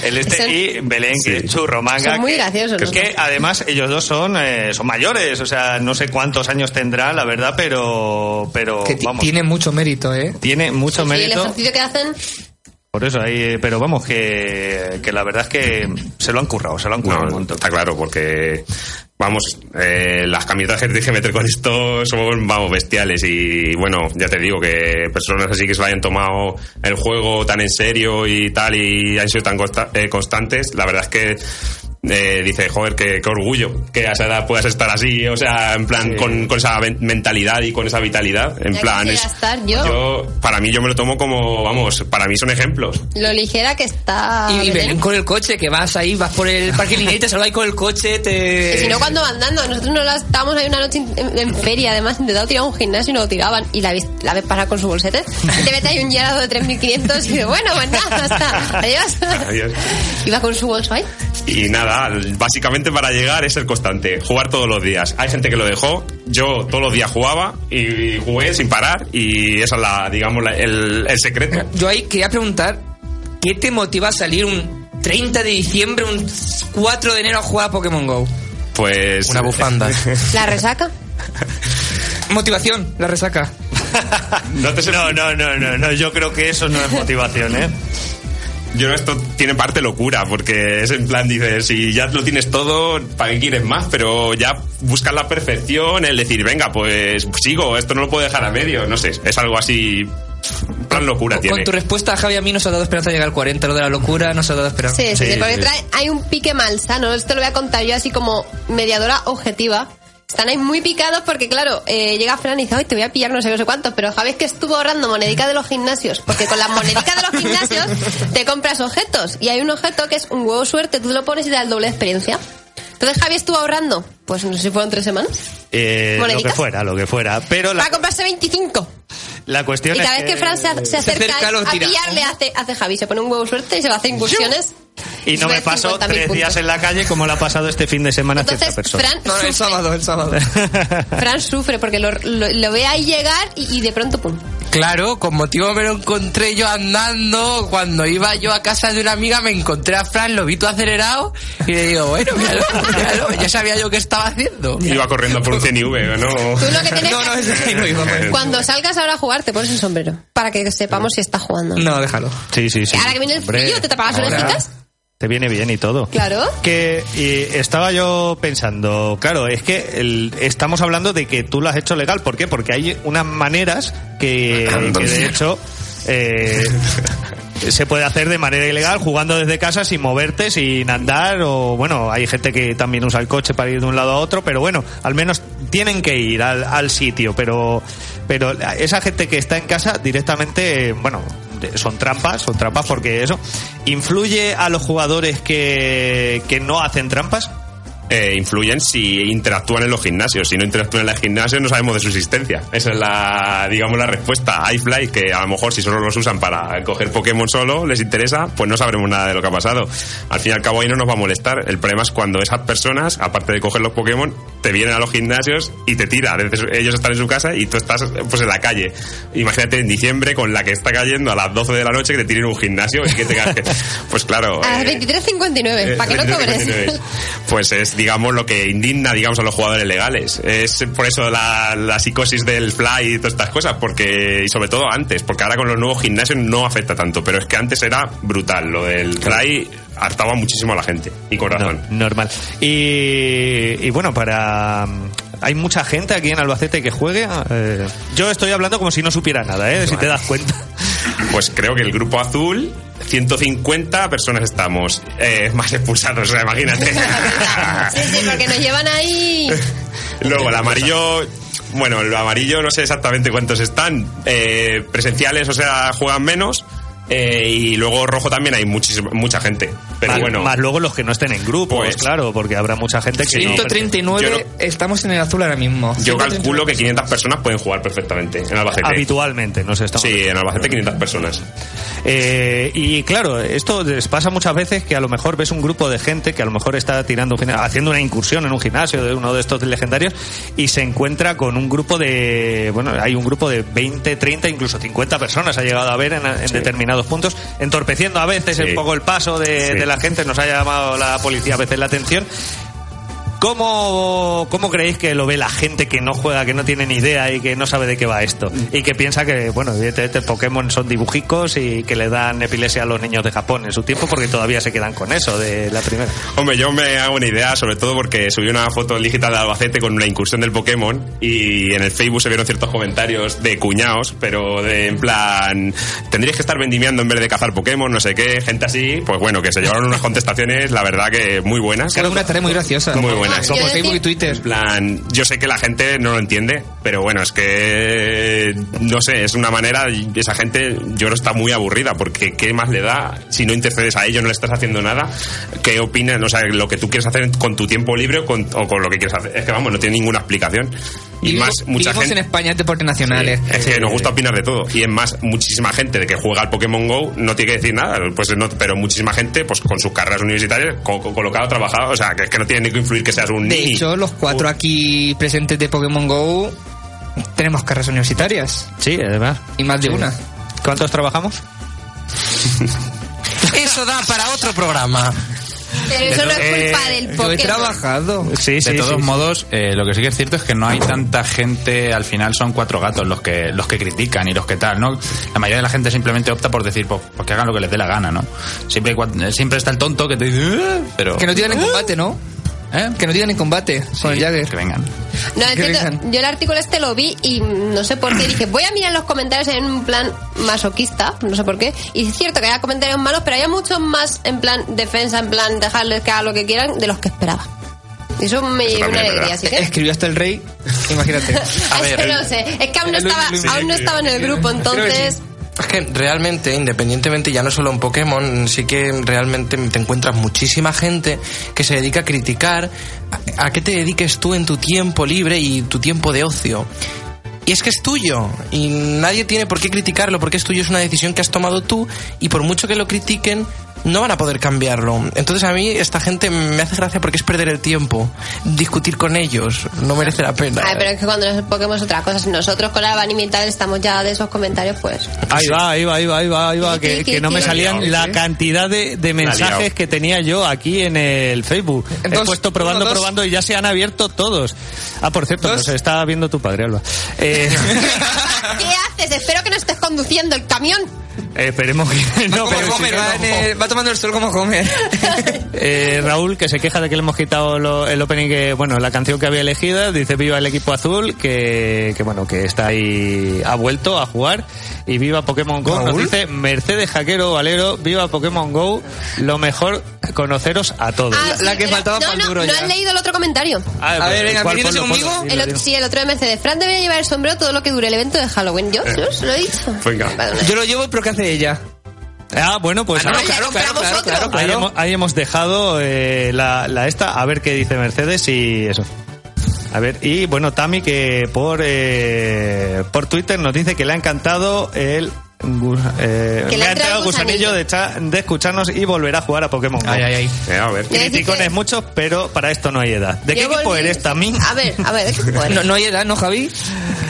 Speaker 2: El este
Speaker 3: Son-
Speaker 2: y Belén, que
Speaker 7: Sí.
Speaker 2: es churro manga.
Speaker 3: Son muy
Speaker 2: que-
Speaker 3: graciosos
Speaker 2: Que,
Speaker 3: los
Speaker 2: que
Speaker 3: dos.
Speaker 2: además ellos dos son, eh, son mayores, o sea, no sé cuántos años tendrá, la verdad, pero. pero
Speaker 5: que ti-
Speaker 2: vamos,
Speaker 5: tiene mucho mérito, ¿eh?
Speaker 2: tiene mucho
Speaker 3: Y el
Speaker 2: mérito.
Speaker 3: ejercicio que hacen,
Speaker 2: Por eso ahí. eh, Pero vamos, que, que la verdad es que se lo han currado, se lo han currado un
Speaker 7: No,
Speaker 2: montón.
Speaker 7: está claro, porque vamos, eh, las camionetas que te dije meter con esto son, vamos, bestiales. Y bueno, ya te digo que personas así que se lo hayan tomado el juego tan en serio y tal y han sido tan consta- eh, constantes, la verdad es que eh, dice, joder, qué, qué orgullo que a esa edad puedas estar así, o sea, en plan, con, con esa ven- mentalidad y con esa vitalidad. En
Speaker 3: Ya
Speaker 7: plan,
Speaker 3: quisiera estar yo.
Speaker 7: Para mí, yo me lo tomo como, vamos, para mí son ejemplos.
Speaker 3: Lo ligera que está.
Speaker 5: Y, y
Speaker 3: Belén.
Speaker 5: Belén con el coche, que vas ahí, vas por el parque lineal y te saludas ahí con el coche, te...
Speaker 3: Que si no, cuando va andando, nosotros no la estábamos ahí una noche en, en feria, además intentado tirar un gimnasio y no lo tiraban. Y la ves, la ves pasar con su bolsete. Y te mete ahí un llenado de 3.500 y dices, bueno, pues nada, hasta. Adiós.
Speaker 7: Adiós.
Speaker 3: Y va con su bolso ahí.
Speaker 7: Y nada, básicamente para llegar es el constante, jugar todos los días. Hay gente que lo dejó, yo todos los días jugaba y jugué sin parar y esa es la, digamos, la- el, el secreto.
Speaker 5: Yo ahí quería preguntar, ¿qué te motiva a salir un 30 de diciembre, un 4 de enero a jugar a Pokémon GO?
Speaker 7: Pues...
Speaker 4: Una bufanda.
Speaker 3: La resaca.
Speaker 5: Motivación, la resaca.
Speaker 7: No te sé-
Speaker 2: No, no, no, no, no, yo creo que eso no es motivación, ¿eh?
Speaker 7: Yo creo que esto tiene parte locura, porque es en plan, dices, si ya lo tienes todo, ¿para qué quieres más? Pero ya buscar la perfección, el decir, venga, pues sigo, esto no lo puedo dejar a medio, no sé, es algo así, plan locura
Speaker 5: Con-
Speaker 7: tiene.
Speaker 5: Con tu respuesta, Javi, a mí nos ha dado esperanza de llegar al 40, lo de la locura nos ha dado esperanza.
Speaker 3: Sí, sí,
Speaker 2: Sí,
Speaker 3: porque
Speaker 2: sí.
Speaker 3: trae- hay un pique malsano. Esto lo voy a contar yo así como mediadora objetiva. Están ahí muy picados porque, claro, eh, llega Fran y dice, ay, te voy a pillar no sé, no sé cuántos, pero Javi es que estuvo ahorrando monedica de los gimnasios, porque con las monedicas de los gimnasios te compras objetos, y hay un objeto que es un huevo suerte, tú te lo pones y te da el doble de experiencia. Entonces Javi estuvo ahorrando, pues no sé si fueron tres semanas,
Speaker 2: Eh, lo que
Speaker 3: ¿Moneditas?
Speaker 2: fuera, lo que fuera. Pero la,
Speaker 3: para comprarse 25.
Speaker 2: la cuestión
Speaker 3: Y cada
Speaker 2: es
Speaker 3: vez que Fran se, se acerca,
Speaker 5: acerca, lo
Speaker 3: a
Speaker 5: tira.
Speaker 3: pillarle, hace, hace Javi, se pone un huevo suerte y se va a hacer incursiones.
Speaker 2: Y no me
Speaker 3: Sube
Speaker 2: paso
Speaker 3: 50.000
Speaker 2: tres días
Speaker 3: puntos.
Speaker 2: en la calle como lo ha pasado este fin de semana
Speaker 3: Entonces,
Speaker 2: cierta persona.
Speaker 3: Fran
Speaker 5: No, no, el
Speaker 3: sufre.
Speaker 5: sábado, el sábado.
Speaker 3: Fran sufre porque lo, lo, lo ve ahí llegar y, y de pronto pum.
Speaker 4: Claro, con motivo me lo encontré yo andando. Cuando iba yo a casa de una amiga, me encontré a Fran, lo vi todo acelerado. Y le digo, bueno, míralo, míralo, ya sabía yo qué estaba haciendo.
Speaker 7: Iba corriendo por un CNV,
Speaker 3: Tú
Speaker 7: ¿no?
Speaker 3: lo que tienes
Speaker 5: No, no,
Speaker 3: que-
Speaker 5: es ahí no iba. pues.
Speaker 3: cuando salgas ahora a jugar te pones el sombrero para que sepamos si estás jugando.
Speaker 5: No, déjalo.
Speaker 2: Sí, sí, sí.
Speaker 3: Ahora que viene el
Speaker 2: Hombre,
Speaker 3: frío, ¿te tapas las
Speaker 2: ahora
Speaker 3: orejitas?
Speaker 2: Te viene bien y todo.
Speaker 3: Claro.
Speaker 2: Que y estaba yo pensando, claro, es que el- estamos hablando de que tú lo has hecho legal. ¿Por qué? Porque hay unas maneras que, que de hecho eh, se puede hacer de manera ilegal jugando desde casa sin moverte, sin andar. O bueno, hay gente que también usa el coche para ir de un lado a otro, pero bueno, al menos tienen que ir al, al sitio. Pero, pero esa gente que está en casa directamente, eh, bueno, de- son trampas, son trampas porque eso influye a los jugadores que, que no hacen trampas.
Speaker 7: Eh, influyen si interactúan en los gimnasios. Si no interactúan en los gimnasios, no sabemos de su existencia. Esa es la, digamos, la respuesta. Hay fly que a lo mejor si solo los usan para coger Pokémon solo, les interesa, pues no sabremos nada de lo que ha pasado. Al fin y al cabo ahí no nos va a molestar. El problema es cuando esas personas, aparte de coger los Pokémon, te vienen a los gimnasios y te tiran. Desde su- Ellos están en su casa y tú estás pues en la calle. Imagínate en diciembre con la que está cayendo a las 12 de la noche que te tiren un gimnasio y que tengas que... Pues claro...
Speaker 3: A las
Speaker 7: eh,
Speaker 3: 23.59,
Speaker 7: eh,
Speaker 3: Pues, para que no
Speaker 7: 23,59.
Speaker 3: cobres.
Speaker 7: Pues es, digamos, lo que indigna, digamos, a los jugadores legales. Es por eso la, la psicosis del fly y todas estas cosas, porque, y sobre todo antes, porque ahora con los nuevos gimnasios no afecta tanto, pero es que antes era brutal. Lo del fly hartaba muchísimo a la gente, y con
Speaker 2: No,
Speaker 7: razón.
Speaker 2: normal. Y, y bueno, para. mm, Hay mucha gente aquí en Albacete que juegue. eh, yo estoy hablando como si no supiera nada, ¿eh? si te das cuenta.
Speaker 7: Pues creo que el grupo azul, 150 personas estamos, eh, más expulsados, o sea, imagínate.
Speaker 3: Sí, sí, porque nos llevan ahí.
Speaker 7: Luego, el amarillo. Bueno, el amarillo no sé exactamente cuántos están. Eh, presenciales, o sea, juegan menos. Eh, y luego rojo también hay muchísima, mucha gente. Pero
Speaker 2: más,
Speaker 7: bueno.
Speaker 2: más luego los que no estén en grupo,
Speaker 7: Pues-
Speaker 2: claro, porque habrá mucha gente que. no
Speaker 5: 139,
Speaker 7: yo no-
Speaker 5: estamos en el azul ahora mismo.
Speaker 7: Yo
Speaker 5: 139.
Speaker 7: calculo que 500 personas pueden jugar perfectamente en Albacete.
Speaker 2: habitualmente, no sé, estamos.
Speaker 7: Sí, en Albacete 500 personas.
Speaker 2: Eh, y claro, esto les pasa muchas veces que a lo mejor ves un grupo de gente que a lo mejor está tirando un gimna- haciendo una incursión en un gimnasio de uno de estos legendarios y se encuentra con un grupo de, bueno, hay un grupo de 20, 30, incluso 50 personas ha llegado a ver en, en determinados puntos, entorpeciendo a veces
Speaker 7: Sí.
Speaker 2: un poco el paso de,
Speaker 7: Sí.
Speaker 2: de la gente, nos ha llamado la policía a veces la atención. ¿Cómo, ¿Cómo creéis que lo ve la gente que no juega, que no tiene ni idea y que no sabe de qué va esto? Y que piensa que, bueno, evidentemente Pokémon son dibujicos y que le dan epilepsia a los niños de Japón en su tiempo porque todavía se quedan con eso de la primera.
Speaker 7: Hombre, yo me hago una idea, sobre todo porque subí una foto en digital de Albacete con una incursión del Pokémon y en el Facebook se vieron ciertos comentarios de cuñados, pero de en plan, tendríais que estar vendimiando en vez de cazar Pokémon, no sé qué, gente así, pues bueno, que se llevaron unas contestaciones, la verdad que muy buenas.
Speaker 5: Claro, una tarea muy graciosa.
Speaker 7: Muy buenas.
Speaker 5: Como
Speaker 3: Quiero
Speaker 5: Facebook y
Speaker 3: decir-
Speaker 7: En
Speaker 5: Twitter.
Speaker 7: plan, yo sé que la gente no lo entiende, pero bueno, es que no sé, es una manera, esa gente yo creo está muy aburrida, porque ¿qué más le da si no intercedes a ellos, no le estás haciendo nada? ¿Qué opinan? O sea, lo que tú quieres hacer con tu tiempo libre o con, o con lo que quieres hacer. Es que vamos, no tiene ninguna explicación. Y
Speaker 5: Vivimos-
Speaker 7: más, mucha
Speaker 5: vivimos
Speaker 7: gente...
Speaker 5: en España en deportes nacionales.
Speaker 7: Es que nos gusta opinar de todo. Y es más, muchísima gente de que juega al Pokémon Go no tiene que decir nada, pues no, pero muchísima gente, pues con sus carreras universitarias, co- co- colocado, trabajado, o sea, que es que no tiene ni que influir que seas un
Speaker 5: De
Speaker 7: nini.
Speaker 5: hecho, los cuatro aquí presentes de Pokémon Go tenemos carreras universitarias.
Speaker 2: Sí, además.
Speaker 5: Y más de una.
Speaker 2: ¿Cuántos trabajamos?
Speaker 4: Eso da para otro programa.
Speaker 3: Pero eso no es culpa
Speaker 5: Eh,
Speaker 3: del
Speaker 5: Yo he
Speaker 3: Pokémon.
Speaker 5: trabajado.
Speaker 2: Sí,
Speaker 8: De todos modos, eh, lo que sí que es cierto es que no hay tanta gente, al final son cuatro gatos los que los que critican y los que tal, ¿no? La mayoría de la gente simplemente opta por decir, pues, pues que hagan lo que les dé la gana, ¿no? Siempre, hay cua- eh, siempre está el tonto que te dice, "Eh", pero...
Speaker 5: Que no tiran en combate, ¿no?
Speaker 8: ¿Eh?
Speaker 5: Que no tiran en combate con el
Speaker 8: Sí, que
Speaker 5: Jagger.
Speaker 8: vengan.
Speaker 3: No,
Speaker 5: ¿Qué
Speaker 3: es cierto,
Speaker 5: dejan?
Speaker 3: yo el artículo este lo vi y no sé por qué dije, voy a mirar los comentarios en un plan masoquista, no sé por qué. Y es cierto que había comentarios malos, pero había muchos más en plan defensa, en plan dejarles que hagan lo que quieran, de los que esperaba. Y eso me
Speaker 7: Eso
Speaker 3: llevó
Speaker 7: también es
Speaker 3: una alegría,
Speaker 7: verdad.
Speaker 3: así que...
Speaker 5: Escribió hasta el rey, imagínate.
Speaker 3: es
Speaker 4: ver,
Speaker 3: que
Speaker 4: el-
Speaker 3: no sé, es que aún no
Speaker 4: el-
Speaker 3: estaba,
Speaker 4: el-
Speaker 3: aún no estaba en el grupo, entonces...
Speaker 4: Es que realmente, independientemente ya no solo en Pokémon, sí que realmente te encuentras muchísima gente que se dedica a criticar a, a qué te dediques tú en tu tiempo libre y tu tiempo de ocio. Y es que es tuyo, y nadie tiene por qué criticarlo, porque es tuyo, es una decisión que has tomado tú, y por mucho que lo critiquen, no van a poder cambiarlo. Entonces a mí esta gente me hace gracia porque es perder el tiempo. Discutir con ellos no merece la pena.
Speaker 3: Ay, Ah, pero es que cuando nos Pokémon es otra cosa. Si nosotros con la vanimia y tal estamos ya de esos comentarios, pues...
Speaker 2: Ahí va, ahí va, ahí va, ahí va, ahí va,
Speaker 3: Sí, sí,
Speaker 2: que,
Speaker 3: sí,
Speaker 2: que no
Speaker 3: sí.
Speaker 2: me
Speaker 3: La
Speaker 7: liao,
Speaker 2: salían la cantidad de, de mensajes
Speaker 7: liao.
Speaker 2: que tenía yo aquí en el Facebook. He
Speaker 5: Dos,
Speaker 2: puesto probando,
Speaker 5: uno, dos.
Speaker 2: probando y ya se han abierto todos. Ah, por cierto,
Speaker 5: Dos.
Speaker 2: nos está viendo tu padre, Alba. Eh,
Speaker 3: ¿Qué haces? Espero que no estés conduciendo el camión.
Speaker 2: esperemos que no.
Speaker 5: Como
Speaker 2: porque
Speaker 5: Homer,
Speaker 2: si no,
Speaker 5: va,
Speaker 2: no.
Speaker 5: en el- va tomando el sol como Homer.
Speaker 2: Eh, Raúl, que se queja de que le hemos quitado lo- el opening, que, bueno, la canción que había elegido, dice viva el equipo azul, que, que bueno, que está ahí, ha vuelto a jugar, y viva Pokémon Go, nos
Speaker 5: ¿Raúl?
Speaker 2: dice Mercedes Jaquero Valero, viva Pokémon Go, lo mejor conoceros a todos.
Speaker 3: Ah,
Speaker 5: la que
Speaker 3: pero-
Speaker 5: faltaba
Speaker 3: no,
Speaker 5: pa'l
Speaker 3: no,
Speaker 5: duro
Speaker 3: No
Speaker 5: ya.
Speaker 3: has leído el otro comentario.
Speaker 2: Ah,
Speaker 5: A
Speaker 2: pues,
Speaker 5: ver, venga,
Speaker 2: ¿cuál?
Speaker 5: ¿vienes
Speaker 2: Ponlo,
Speaker 5: conmigo?
Speaker 2: ponlo,
Speaker 3: El
Speaker 2: dilo,
Speaker 3: otro-
Speaker 2: dilo.
Speaker 3: sí, el otro de Mercedes. Fran debería llevar el sombrero todo lo que dure el evento de Halloween. Yo yo os lo he dicho.
Speaker 7: Venga.
Speaker 3: Perdón.
Speaker 5: Yo lo llevo, pero ¿qué hace ella?
Speaker 2: Ah, bueno, pues
Speaker 5: Ah, no,
Speaker 2: ahí-
Speaker 5: claro, claro, claro,
Speaker 3: Ah,
Speaker 5: claro,
Speaker 2: ahí, hemos,
Speaker 5: claro.
Speaker 2: ahí hemos dejado eh, la, la esta, a ver qué dice Mercedes y eso. A ver, y bueno, Tami que por eh, por Twitter nos dice que le ha encantado el gu- eh,
Speaker 3: Que le
Speaker 2: me
Speaker 3: ha
Speaker 2: ha entrado
Speaker 3: entrado
Speaker 2: el gusanillo
Speaker 3: gusanillo.
Speaker 2: de, cha- de escucharnos y volverá a jugar a Pokémon Go.
Speaker 8: Ay, ay, ay.
Speaker 7: Eh, a ver.
Speaker 3: Ya decís
Speaker 2: Criticones
Speaker 3: que-
Speaker 2: muchos, pero para esto no hay edad. ¿De qué
Speaker 3: Yo
Speaker 2: equipo
Speaker 3: volví- Ah.
Speaker 2: eres, Tami?
Speaker 3: A ver, a ver, ¿de qué equipo eres?
Speaker 5: No, no hay edad, ¿no, Javi?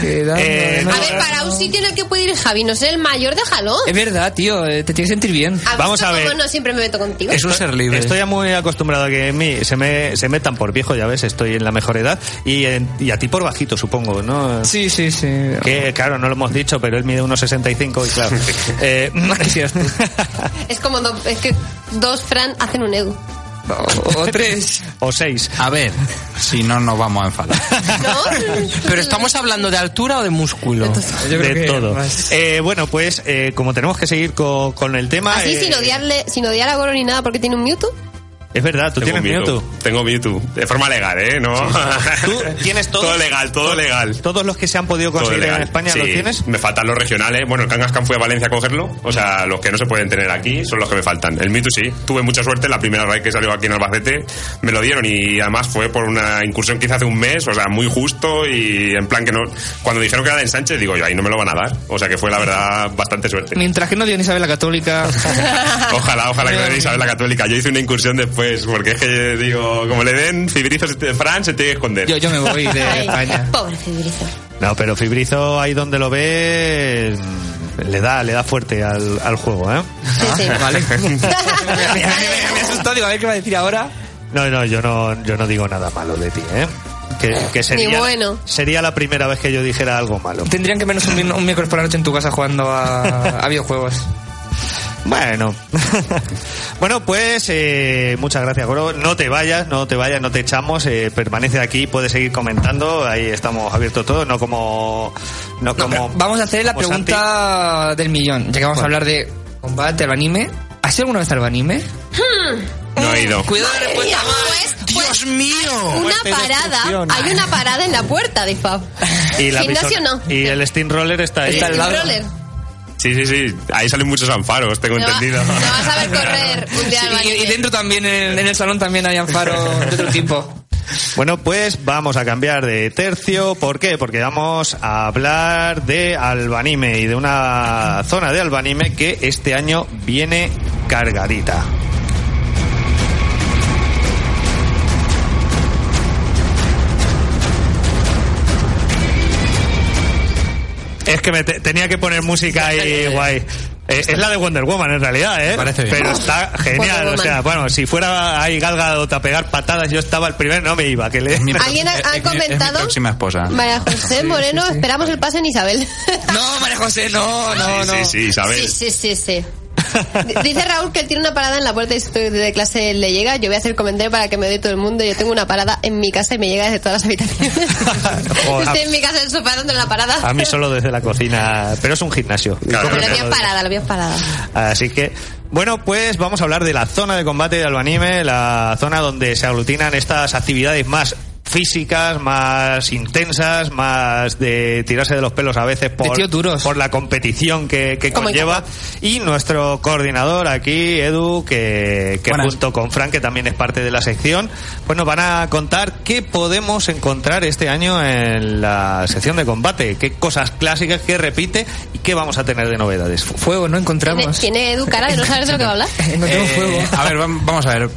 Speaker 5: ¿Qué edad?
Speaker 2: Eh,
Speaker 5: No, no,
Speaker 3: a
Speaker 5: no.
Speaker 3: ver, para un sitio en el que puede ir Javi, no ser el mayor, déjalo.
Speaker 5: Es verdad, tío, eh, te tienes que sentir bien.
Speaker 3: ¿Has
Speaker 2: Vamos
Speaker 3: visto
Speaker 2: a ver.
Speaker 3: cómo no siempre me meto contigo.
Speaker 4: Es un ser libre.
Speaker 2: Estoy ya muy acostumbrado a que en mí se, me, se metan por viejo, ya ves, estoy en la mejor edad. Y, en- y a ti por bajito, supongo, ¿no?
Speaker 5: Sí, sí, sí.
Speaker 2: Que claro, no lo hemos dicho, pero él mide 1,65 y claro. eh,
Speaker 3: Es como do- es que dos Fran hacen un Edu.
Speaker 5: O, o tres.
Speaker 2: o 6.
Speaker 8: A ver, si no nos vamos a enfadar.
Speaker 3: ¿No?
Speaker 4: ¿Pero estamos hablando de altura o de músculo?
Speaker 5: Yo
Speaker 2: de
Speaker 5: creo que
Speaker 2: todo.
Speaker 5: más.
Speaker 2: Eh, bueno, pues eh, como tenemos que seguir co- con, el tema.
Speaker 3: Así
Speaker 2: eh,
Speaker 3: sin odiarle, sin odiar a Goro ni nada porque tiene un Mewtwo.
Speaker 2: Es verdad, tú
Speaker 7: Tengo
Speaker 2: tienes Mewtwo.
Speaker 7: Tengo Mewtwo. De forma legal, ¿eh? No.
Speaker 2: Tú tienes todo.
Speaker 7: Todo legal, todo legal.
Speaker 2: Todos los que se han podido
Speaker 7: Todo
Speaker 2: conseguir en
Speaker 7: legal.
Speaker 2: España
Speaker 7: Sí,
Speaker 2: los tienes.
Speaker 7: Me faltan los regionales. Bueno, el Kangaskhan fue a Valencia a cogerlo. O sea, los que no se pueden tener aquí son los que me faltan. El Mewtwo sí. Tuve mucha suerte. La primera raid que salió aquí en Albacete me lo dieron y además fue por una incursión que hice hace un mes. O sea, muy justo y en plan que no. Cuando dijeron que era de ensanche, digo yo, ahí no me lo van a dar. O sea, que fue la verdad bastante suerte.
Speaker 5: Mientras que no tiene Isabel la Católica.
Speaker 7: Ojalá, ojalá que le den Isabel la Católica. Yo hice una incursión después, porque es que digo, como le den fibrizos de Fran, se tiene que esconder.
Speaker 5: Yo, yo me voy de
Speaker 3: Ay,
Speaker 5: Eh, España.
Speaker 3: Pobre Federico.
Speaker 2: No, pero Fibrizo ahí donde lo ve le da, le da fuerte al, al juego, ¿eh?
Speaker 3: Sí, sí.
Speaker 5: Vale. me, me- me asustó, digo, a ver qué va a decir ahora.
Speaker 2: No, no, yo no, yo no digo nada malo de ti, ¿eh? Que, que sería,
Speaker 3: Ni bueno.
Speaker 2: sería la primera vez que yo dijera algo malo.
Speaker 5: Tendrían que menos un, mi- un miércoles por la noche en tu casa jugando a, a videojuegos.
Speaker 2: Bueno, bueno, pues eh, muchas gracias, Goro. No te vayas, no te vayas, no te echamos. eh, permanece aquí, puedes seguir comentando. Ahí estamos abiertos todos, no como, no
Speaker 5: No,
Speaker 2: como.
Speaker 5: pero vamos a hacer la
Speaker 2: como Santi.
Speaker 5: pregunta del millón. Llegamos a hablar de combate al anime. ¿Has ido alguna vez al anime?
Speaker 7: No he ido.
Speaker 5: Cuidado de la respuesta.
Speaker 3: Mira, pues,
Speaker 4: ¡Dios mío!
Speaker 3: una
Speaker 2: Muerte y
Speaker 3: parada.
Speaker 2: destrucción.
Speaker 3: Hay una parada en la puerta de Fab.
Speaker 2: Y la
Speaker 3: Gimnasio
Speaker 2: pistola-
Speaker 3: no.
Speaker 2: Y el Steam Roller está ahí.
Speaker 3: El roller.
Speaker 7: Sí, sí, sí. Ahí salen muchos anfaros, tengo
Speaker 3: No, va-
Speaker 7: entendido.
Speaker 3: no vas a ver correr un día
Speaker 5: Sí,
Speaker 3: al
Speaker 5: y, y
Speaker 3: baño.
Speaker 5: dentro también, en, en el salón también hay amparo de otro tipo.
Speaker 2: Bueno, pues vamos a cambiar de tercio. ¿Por qué? Porque vamos a hablar de Albanime y de una zona de Albanime que este año viene cargadita. Es que me te- tenía que poner música ahí guay. Eh, Es la de Wonder Woman en realidad, ¿eh?
Speaker 4: Parece bien.
Speaker 2: Pero está genial. O
Speaker 3: Woman.
Speaker 2: sea, bueno, si fuera ahí Galgadot a pegar patadas, yo estaba el primer, no me iba. Que le...
Speaker 8: mi pro-
Speaker 3: ¿Alguien ha,
Speaker 8: es-
Speaker 3: ha
Speaker 8: es mi- es mi
Speaker 3: comentado?
Speaker 8: próxima esposa.
Speaker 3: María José Moreno, esperamos el pase en Isabel.
Speaker 5: No, María José, no, no, no.
Speaker 7: Sí, sí, Isabel.
Speaker 3: Sí, sí, sí, sí. D- Dice Raúl que él tiene una parada en la puerta y si estoy de clase le llega. Yo voy a hacer comentario para que me dé todo el mundo. Yo tengo una parada en mi casa y me llega desde todas las habitaciones.
Speaker 2: Joder.
Speaker 3: Estoy en mi casa en el sofá dando la parada.
Speaker 2: A mí solo desde la cocina, pero es un gimnasio.
Speaker 7: Claro,
Speaker 3: Pero
Speaker 7: claro.
Speaker 3: lo mío es parada, lo mío es parada.
Speaker 2: Así que, bueno, pues vamos a hablar de la zona de combate de Albanime, la zona donde se aglutinan estas actividades más físicas, más intensas, más de tirarse de los pelos a veces por,
Speaker 5: tíos duros.
Speaker 2: por la competición que, que
Speaker 3: Como en
Speaker 2: conlleva. Y nuestro coordinador aquí, Edu, que, que
Speaker 8: Buenas.
Speaker 2: junto con Frank, que también es parte de la sección, pues nos van a contar qué podemos encontrar este año en la sección de combate, qué cosas clásicas que repite y qué vamos a tener de novedades.
Speaker 5: Fuego, no
Speaker 3: Tiene,
Speaker 5: encontramos.
Speaker 3: tiene Edu cara de no saber de lo que va a hablar.
Speaker 5: Encontramos
Speaker 8: Eh,
Speaker 5: fuego.
Speaker 8: A ver, vam- vamos a ver.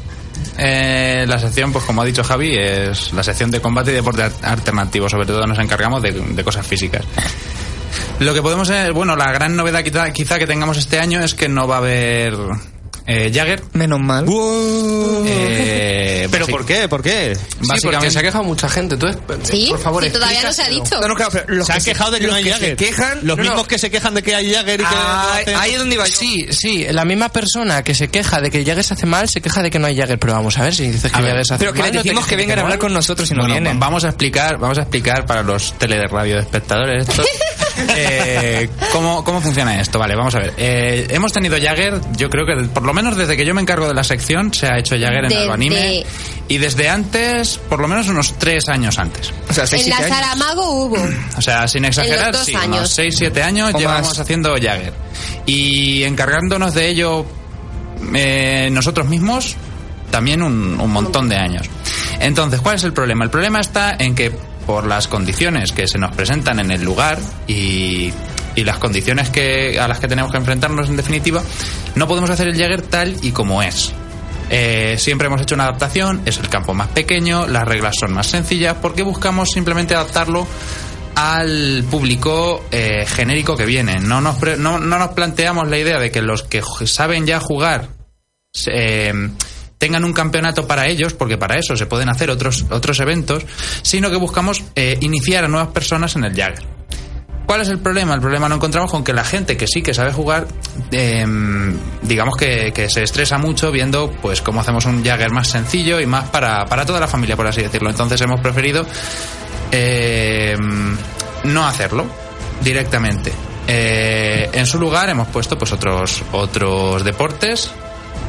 Speaker 8: Eh, la sección, pues como ha dicho Javi, es la sección de combate y deporte al- alternativo. Sobre todo nos encargamos de, de cosas físicas. Lo que podemos es, bueno, la gran novedad quizá, quizá que tengamos este año es que no va a haber eh, Jagger.
Speaker 5: Menos mal.
Speaker 2: Uh,
Speaker 8: Eh,
Speaker 2: ¿Pero
Speaker 8: basi-
Speaker 2: por qué? ¿por qué?
Speaker 4: Sí, porque se ha quejado mucha gente. Tú, es-
Speaker 3: Sí,
Speaker 4: por favor,
Speaker 3: sí, todavía no se ha
Speaker 4: explícaselo.
Speaker 3: dicho.
Speaker 5: No, no, claro, pero los
Speaker 2: se
Speaker 5: que
Speaker 2: han quejado de que
Speaker 5: los
Speaker 2: no hay
Speaker 5: que
Speaker 2: Jagger.
Speaker 5: Se quejan,
Speaker 2: Los
Speaker 5: no, no.
Speaker 2: mismos que se quejan de que hay Jagger y que
Speaker 5: Ah,
Speaker 2: no hacen-
Speaker 5: ahí es donde iba yo.
Speaker 4: Sí, sí, la misma persona que se queja de que Jagger se hace mal, se queja de que no hay Jagger, pero vamos a ver si dices que
Speaker 8: A ver,
Speaker 4: Jagger se hace
Speaker 5: Pero que
Speaker 4: mal.
Speaker 5: les decimos que vengan a hablar con nosotros y no
Speaker 8: Bueno,
Speaker 5: vienen.
Speaker 8: Vamos a explicar, vamos a explicar para los tele de radio espectadores esto. eh, ¿cómo, cómo funciona esto? Vale, vamos a ver. Eh, hemos tenido Jagger, yo creo que por lo menos desde que yo me encargo de la sección se ha hecho Jagger en
Speaker 3: Desde-
Speaker 8: Albanime y desde antes, por lo menos unos tres años antes.
Speaker 5: O sea, seis,
Speaker 3: En la
Speaker 5: siete años.
Speaker 3: Saramago hubo.
Speaker 8: O sea, sin
Speaker 3: En
Speaker 8: exagerar,
Speaker 3: los dos
Speaker 8: sí,
Speaker 3: años.
Speaker 8: unos 6, 7 años
Speaker 5: O
Speaker 8: llevamos
Speaker 5: más.
Speaker 8: haciendo Jagger. Y encargándonos de ello eh, nosotros mismos también un, un montón de años. Entonces, ¿cuál es el problema? El problema está en que por las condiciones que se nos presentan en el lugar y, y las condiciones que, a las que tenemos que enfrentarnos en definitiva, no podemos hacer el Jagger tal y como es. Eh, siempre hemos hecho una adaptación, es el campo más pequeño, las reglas son más sencillas, porque buscamos simplemente adaptarlo al público eh, genérico que viene. No nos, pre- no, no nos planteamos la idea de que los que ju- saben ya jugar se- eh, tengan un campeonato para ellos, porque para eso se pueden hacer otros, otros eventos, sino que buscamos eh, iniciar a nuevas personas en el Jagger. ¿Cuál es el problema? El problema lo encontramos con que la gente que sí que sabe jugar, eh, digamos que, que se estresa mucho viendo pues cómo hacemos un Jagger más sencillo y más para, para toda la familia, por así decirlo. Entonces hemos preferido eh, no hacerlo directamente. Eh, en su lugar hemos puesto pues otros otros deportes,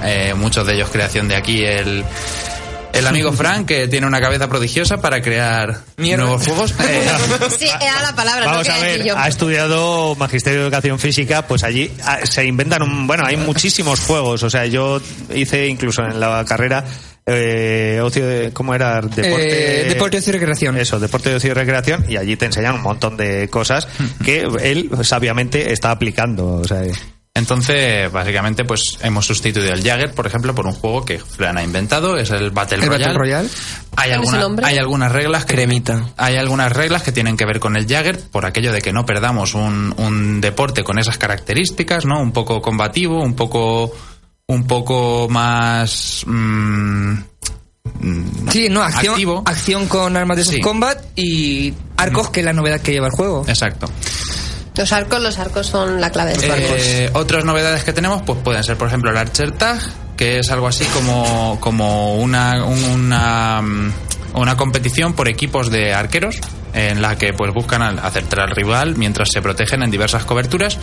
Speaker 8: eh, muchos de ellos creación de aquí el el amigo Frank que tiene una cabeza prodigiosa para crear
Speaker 5: Mierda.
Speaker 8: nuevos juegos. Eh,
Speaker 3: Sí, era la palabra, no
Speaker 2: Vamos a
Speaker 3: quería decir
Speaker 2: ver,
Speaker 3: yo.
Speaker 2: ha estudiado Magisterio de Educación Física, pues allí ah, se inventan un... Bueno, hay muchísimos juegos, o sea, yo hice incluso en la carrera... Eh, ocio de- ¿Cómo era? Deporte,
Speaker 5: Eh, deporte, ocio y recreación.
Speaker 2: Eso, deporte de ocio y recreación, y allí te enseñan un montón de cosas
Speaker 5: Hmm.
Speaker 2: que él sabiamente está aplicando. O sea,
Speaker 8: Entonces, básicamente, pues hemos sustituido el Jagger, por ejemplo, por un juego que Fran ha inventado, es el Battle
Speaker 5: ¿El
Speaker 8: Royale.
Speaker 5: Battle Royale?
Speaker 8: Hay,
Speaker 3: ¿Cuál es
Speaker 8: alguna-
Speaker 3: el nombre?
Speaker 8: hay algunas reglas que
Speaker 4: Cremita.
Speaker 8: hay algunas reglas que tienen que ver con el Jagger por aquello de que no perdamos un, un deporte con esas características, ¿no? Un poco combativo, un poco un poco más mm, mm,
Speaker 5: Sí, no, acción,
Speaker 8: activo.
Speaker 5: acción con armas de soft
Speaker 8: Sí.
Speaker 5: combat y arcos, que es la novedad que lleva el juego.
Speaker 8: Exacto.
Speaker 3: Los arcos, los arcos son la clave.
Speaker 8: Eh, otras novedades que tenemos pues pueden ser, por ejemplo, el Archer Tag, que es algo así como, como una, una, mm, una competición por equipos de arqueros en la que pues buscan al- acertar al rival mientras se protegen en diversas coberturas.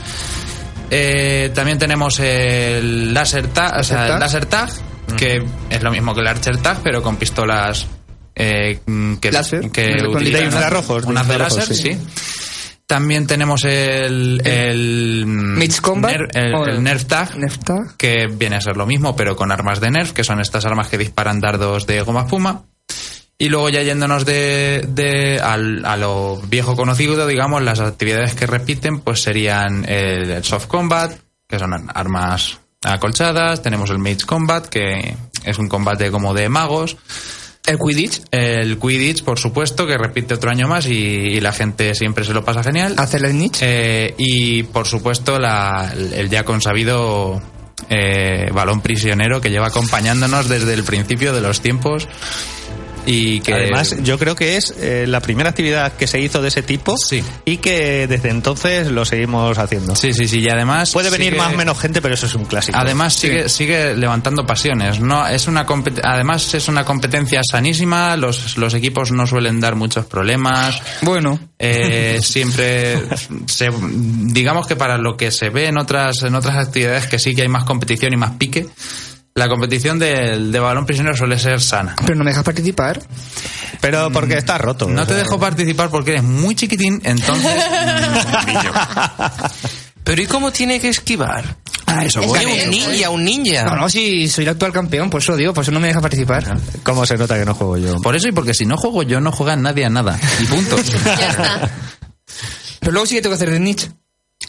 Speaker 8: Eh, también tenemos el Laser Tag, o sea, el Laser Tag, que es lo mismo que el Archer Tag, pero con pistolas eh, mm, que,
Speaker 5: Láser.
Speaker 8: que
Speaker 5: Con
Speaker 8: utilizan
Speaker 2: infrarrojos, de
Speaker 8: unas de
Speaker 2: infrarrojos,
Speaker 8: láser,
Speaker 2: sí.
Speaker 8: sí. También tenemos el. el
Speaker 5: Mitch Combat,
Speaker 8: ner- el,
Speaker 5: o
Speaker 8: el
Speaker 5: el-
Speaker 8: Nerf Tag.
Speaker 5: Nefta.
Speaker 8: Que viene a ser lo mismo, pero con armas de Nerf, que son estas armas que disparan dardos de goma espuma. Y luego ya yéndonos de, de al- a lo viejo conocido, digamos, las actividades que repiten, pues serían el, el soft combat, que son armas acolchadas, tenemos el mage combat, que es un combate como de magos,
Speaker 5: El Quidditch.
Speaker 8: el quidditch, por supuesto, que repite otro año más y, y la gente siempre se lo pasa genial.
Speaker 5: Hacer el niche.
Speaker 8: Eh, y por supuesto la- el ya consabido eh, balón prisionero que lleva acompañándonos desde el principio de los tiempos y que
Speaker 2: Además, yo creo que es eh, la primera actividad que se hizo de ese tipo
Speaker 8: Sí.
Speaker 2: y que desde entonces lo seguimos haciendo.
Speaker 8: sí sí sí y además
Speaker 2: Puede venir
Speaker 8: sigue-
Speaker 2: más o menos gente, pero eso es un clásico.
Speaker 8: Además sigue sigue levantando pasiones. No es una compet- además es una competencia sanísima. Los los equipos no suelen dar muchos problemas.
Speaker 5: Bueno.
Speaker 8: Eh, siempre se- digamos que para lo que se ve en otras en otras actividades que sí que hay más competición y más pique la competición del de balón prisionero suele ser sana
Speaker 5: Pero no me dejas participar.
Speaker 2: pero porque está roto.
Speaker 8: mm, no te dejo participar porque eres muy chiquitín entonces mm, niño.
Speaker 4: Pero ¿y cómo tiene que esquivar?
Speaker 5: Ah, eso
Speaker 4: Oye, un ninja, un ninja.
Speaker 5: No, no, si soy el actual campeón, por eso lo digo, por eso no me deja participar.
Speaker 2: ¿Cómo se nota que no juego yo?
Speaker 8: por eso y porque si no juego yo no juega nadie a nada y punto
Speaker 3: Ya está.
Speaker 5: Pero luego sí que tengo que hacer el niche.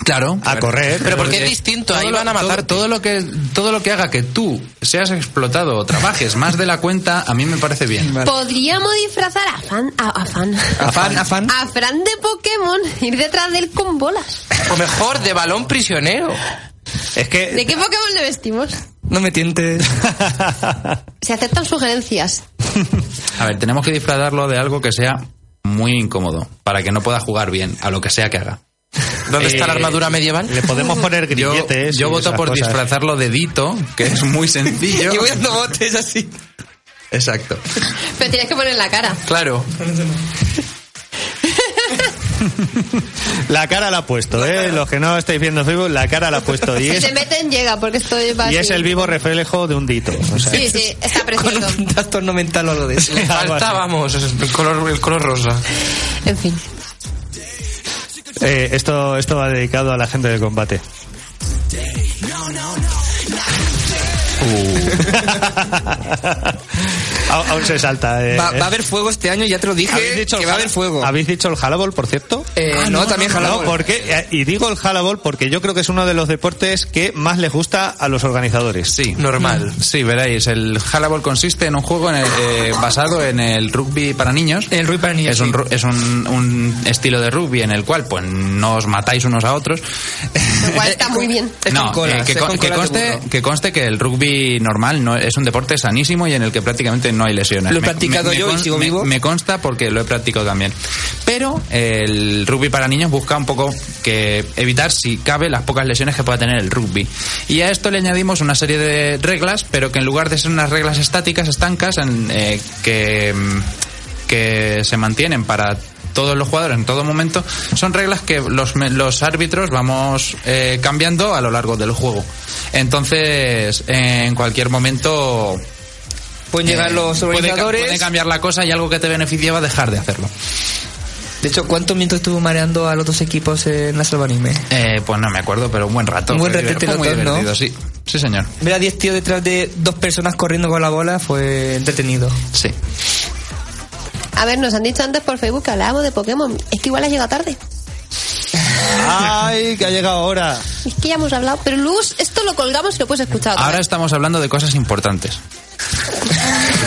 Speaker 8: claro
Speaker 2: A correr.
Speaker 4: Pero porque es distinto, ahí
Speaker 8: Todo lo-
Speaker 4: van a matar
Speaker 8: todo, todo lo que todo lo que haga que tú seas explotado o trabajes más de la cuenta a mí me parece bien
Speaker 3: Podríamos disfrazar a Fan, a, a Fan,
Speaker 5: Afán, afán.
Speaker 3: a Fran de Pokémon, ir detrás de él con bolas.
Speaker 4: O mejor, de balón prisionero.
Speaker 2: Es
Speaker 3: ¿De
Speaker 2: que.
Speaker 3: qué Pokémon le vestimos?
Speaker 5: No me tientes.
Speaker 3: Se aceptan sugerencias.
Speaker 8: A ver, tenemos que disfrazarlo de algo que sea muy incómodo, para que no pueda jugar bien a lo que sea que haga.
Speaker 4: ¿Dónde está la armadura medieval?
Speaker 2: eh, Le podemos poner
Speaker 8: Yo,
Speaker 2: grilletes.
Speaker 8: yo
Speaker 2: y
Speaker 8: voto
Speaker 2: esas
Speaker 8: por
Speaker 2: cosas.
Speaker 8: disfrazarlo de Dito, que es muy sencillo.
Speaker 5: Y voy dando botes así.
Speaker 8: Exacto.
Speaker 3: Pero tienes que poner la cara.
Speaker 8: Claro.
Speaker 2: La cara la ha puesto, ¿eh? Los que no estáis viendo Facebook, la cara la ha puesto. Y
Speaker 3: Si
Speaker 2: es,
Speaker 3: se meten, llega, porque esto va
Speaker 2: y es
Speaker 3: así.
Speaker 2: el vivo reflejo de un dito. o sea.
Speaker 3: Sí, sí, está
Speaker 5: Con
Speaker 3: precioso.
Speaker 5: un trastorno mental o algo de eso.
Speaker 4: Le
Speaker 2: Algo
Speaker 4: falta,
Speaker 2: así.
Speaker 4: vamos, el color, el color rosa.
Speaker 3: En fin.
Speaker 2: Eh, esto, esto va dedicado a la gente de combate. Uh. Au- aún se salta. eh.
Speaker 5: Va, va a haber fuego este año, ya te lo
Speaker 2: ¿Habéis
Speaker 5: dije,
Speaker 2: dicho
Speaker 5: que
Speaker 2: el
Speaker 5: va a
Speaker 2: jala-
Speaker 5: haber fuego.
Speaker 2: ¿Habéis dicho el halabol, por cierto? Ah,
Speaker 5: Eh, no, también jalabol.
Speaker 2: No, porque, eh, y digo el halabol porque yo creo que es uno de los deportes que más les gusta a los organizadores.
Speaker 8: Sí.
Speaker 4: Normal.
Speaker 8: Sí, veréis, el Halaball consiste en un juego en el- eh, basado en el rugby para niños.
Speaker 5: El Rui para niños,
Speaker 8: Es, un,
Speaker 5: sí.
Speaker 8: ru- es un, un estilo de rugby en el cual pues no os matáis unos a otros.
Speaker 3: Lo cual está muy bien.
Speaker 5: Es
Speaker 8: no,
Speaker 5: con colas,
Speaker 8: eh, que,
Speaker 5: es
Speaker 8: con-
Speaker 5: con
Speaker 8: que
Speaker 5: colas de
Speaker 8: conste,
Speaker 5: burro.
Speaker 8: que conste que el rugby normal no es un deporte sanísimo y en el que prácticamente no hay lesiones.
Speaker 5: Lo he practicado yo y
Speaker 8: con-
Speaker 5: sigo
Speaker 8: me-
Speaker 5: vivo.
Speaker 8: Me consta porque lo he practicado también. Pero el rugby para niños busca un poco que evitar, si cabe, las pocas lesiones que pueda tener el rugby. Y a esto le añadimos una serie de reglas, pero que en lugar de ser unas reglas estáticas, estancas, en, eh, que mm, que se mantienen para todos los jugadores en todo momento son reglas que los, me- los árbitros vamos eh, cambiando a lo largo del juego. Entonces, en cualquier momento
Speaker 5: Pueden llegar
Speaker 8: eh,
Speaker 5: los
Speaker 8: puede ca-
Speaker 5: organizadores.
Speaker 8: puede cambiar la cosa y algo que te beneficiaba dejar de hacerlo.
Speaker 5: De hecho, ¿cuántos minutos estuvo mareando a los dos equipos en la selva anime?
Speaker 8: Eh, pues no me acuerdo, pero un buen rato.
Speaker 5: Un buen
Speaker 8: Fue
Speaker 5: ratete
Speaker 8: divertido,
Speaker 5: los
Speaker 8: fue muy
Speaker 5: dos, ¿no?
Speaker 8: divertido, sí. Sí, señor.
Speaker 5: Ver a 10 tíos detrás de dos personas corriendo con la bola fue entretenido.
Speaker 8: Sí.
Speaker 3: A ver, nos han dicho antes por Facebook que hablábamos de Pokémon. Es que igual has llegado tarde.
Speaker 2: ¡Ay, que ha llegado ahora!
Speaker 3: Es que ya hemos hablado. Pero Luz, esto lo colgamos y lo puedes escuchar otra
Speaker 8: Ahora
Speaker 3: vez.
Speaker 8: estamos hablando de cosas importantes.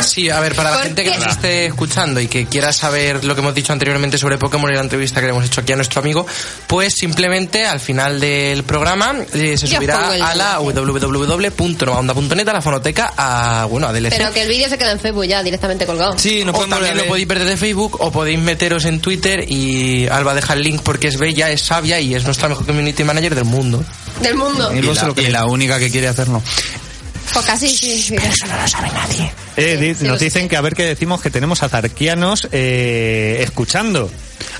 Speaker 4: Sí, a ver, para la
Speaker 3: ¿Por
Speaker 4: gente que
Speaker 3: qué?
Speaker 4: nos esté escuchando y que quiera saber lo que hemos dicho anteriormente sobre Pokémon y la entrevista que le hemos hecho aquí a nuestro amigo, pues simplemente al final del programa eh, se
Speaker 3: Yo
Speaker 4: subirá
Speaker 3: pongo el
Speaker 4: a la
Speaker 3: enlace.
Speaker 4: www.novaonda.net, a la fonoteca, a, bueno, a DLC.
Speaker 3: Pero que el vídeo se queda en Facebook ya, directamente colgado.
Speaker 5: Sí, no
Speaker 4: o
Speaker 5: podemos
Speaker 4: también lo podéis ver desde Facebook o podéis meteros en Twitter y Alba deja el link porque es bella, es sabia y es nuestra mejor community manager del mundo.
Speaker 3: Del mundo.
Speaker 9: Y la, y la única que quiere hacerlo.
Speaker 3: Pues casi, sí, sí.
Speaker 2: Eh, di-
Speaker 3: sí,
Speaker 2: nos
Speaker 3: lo sé.
Speaker 2: dicen que a ver qué decimos que tenemos a Zarquianos eh, escuchando.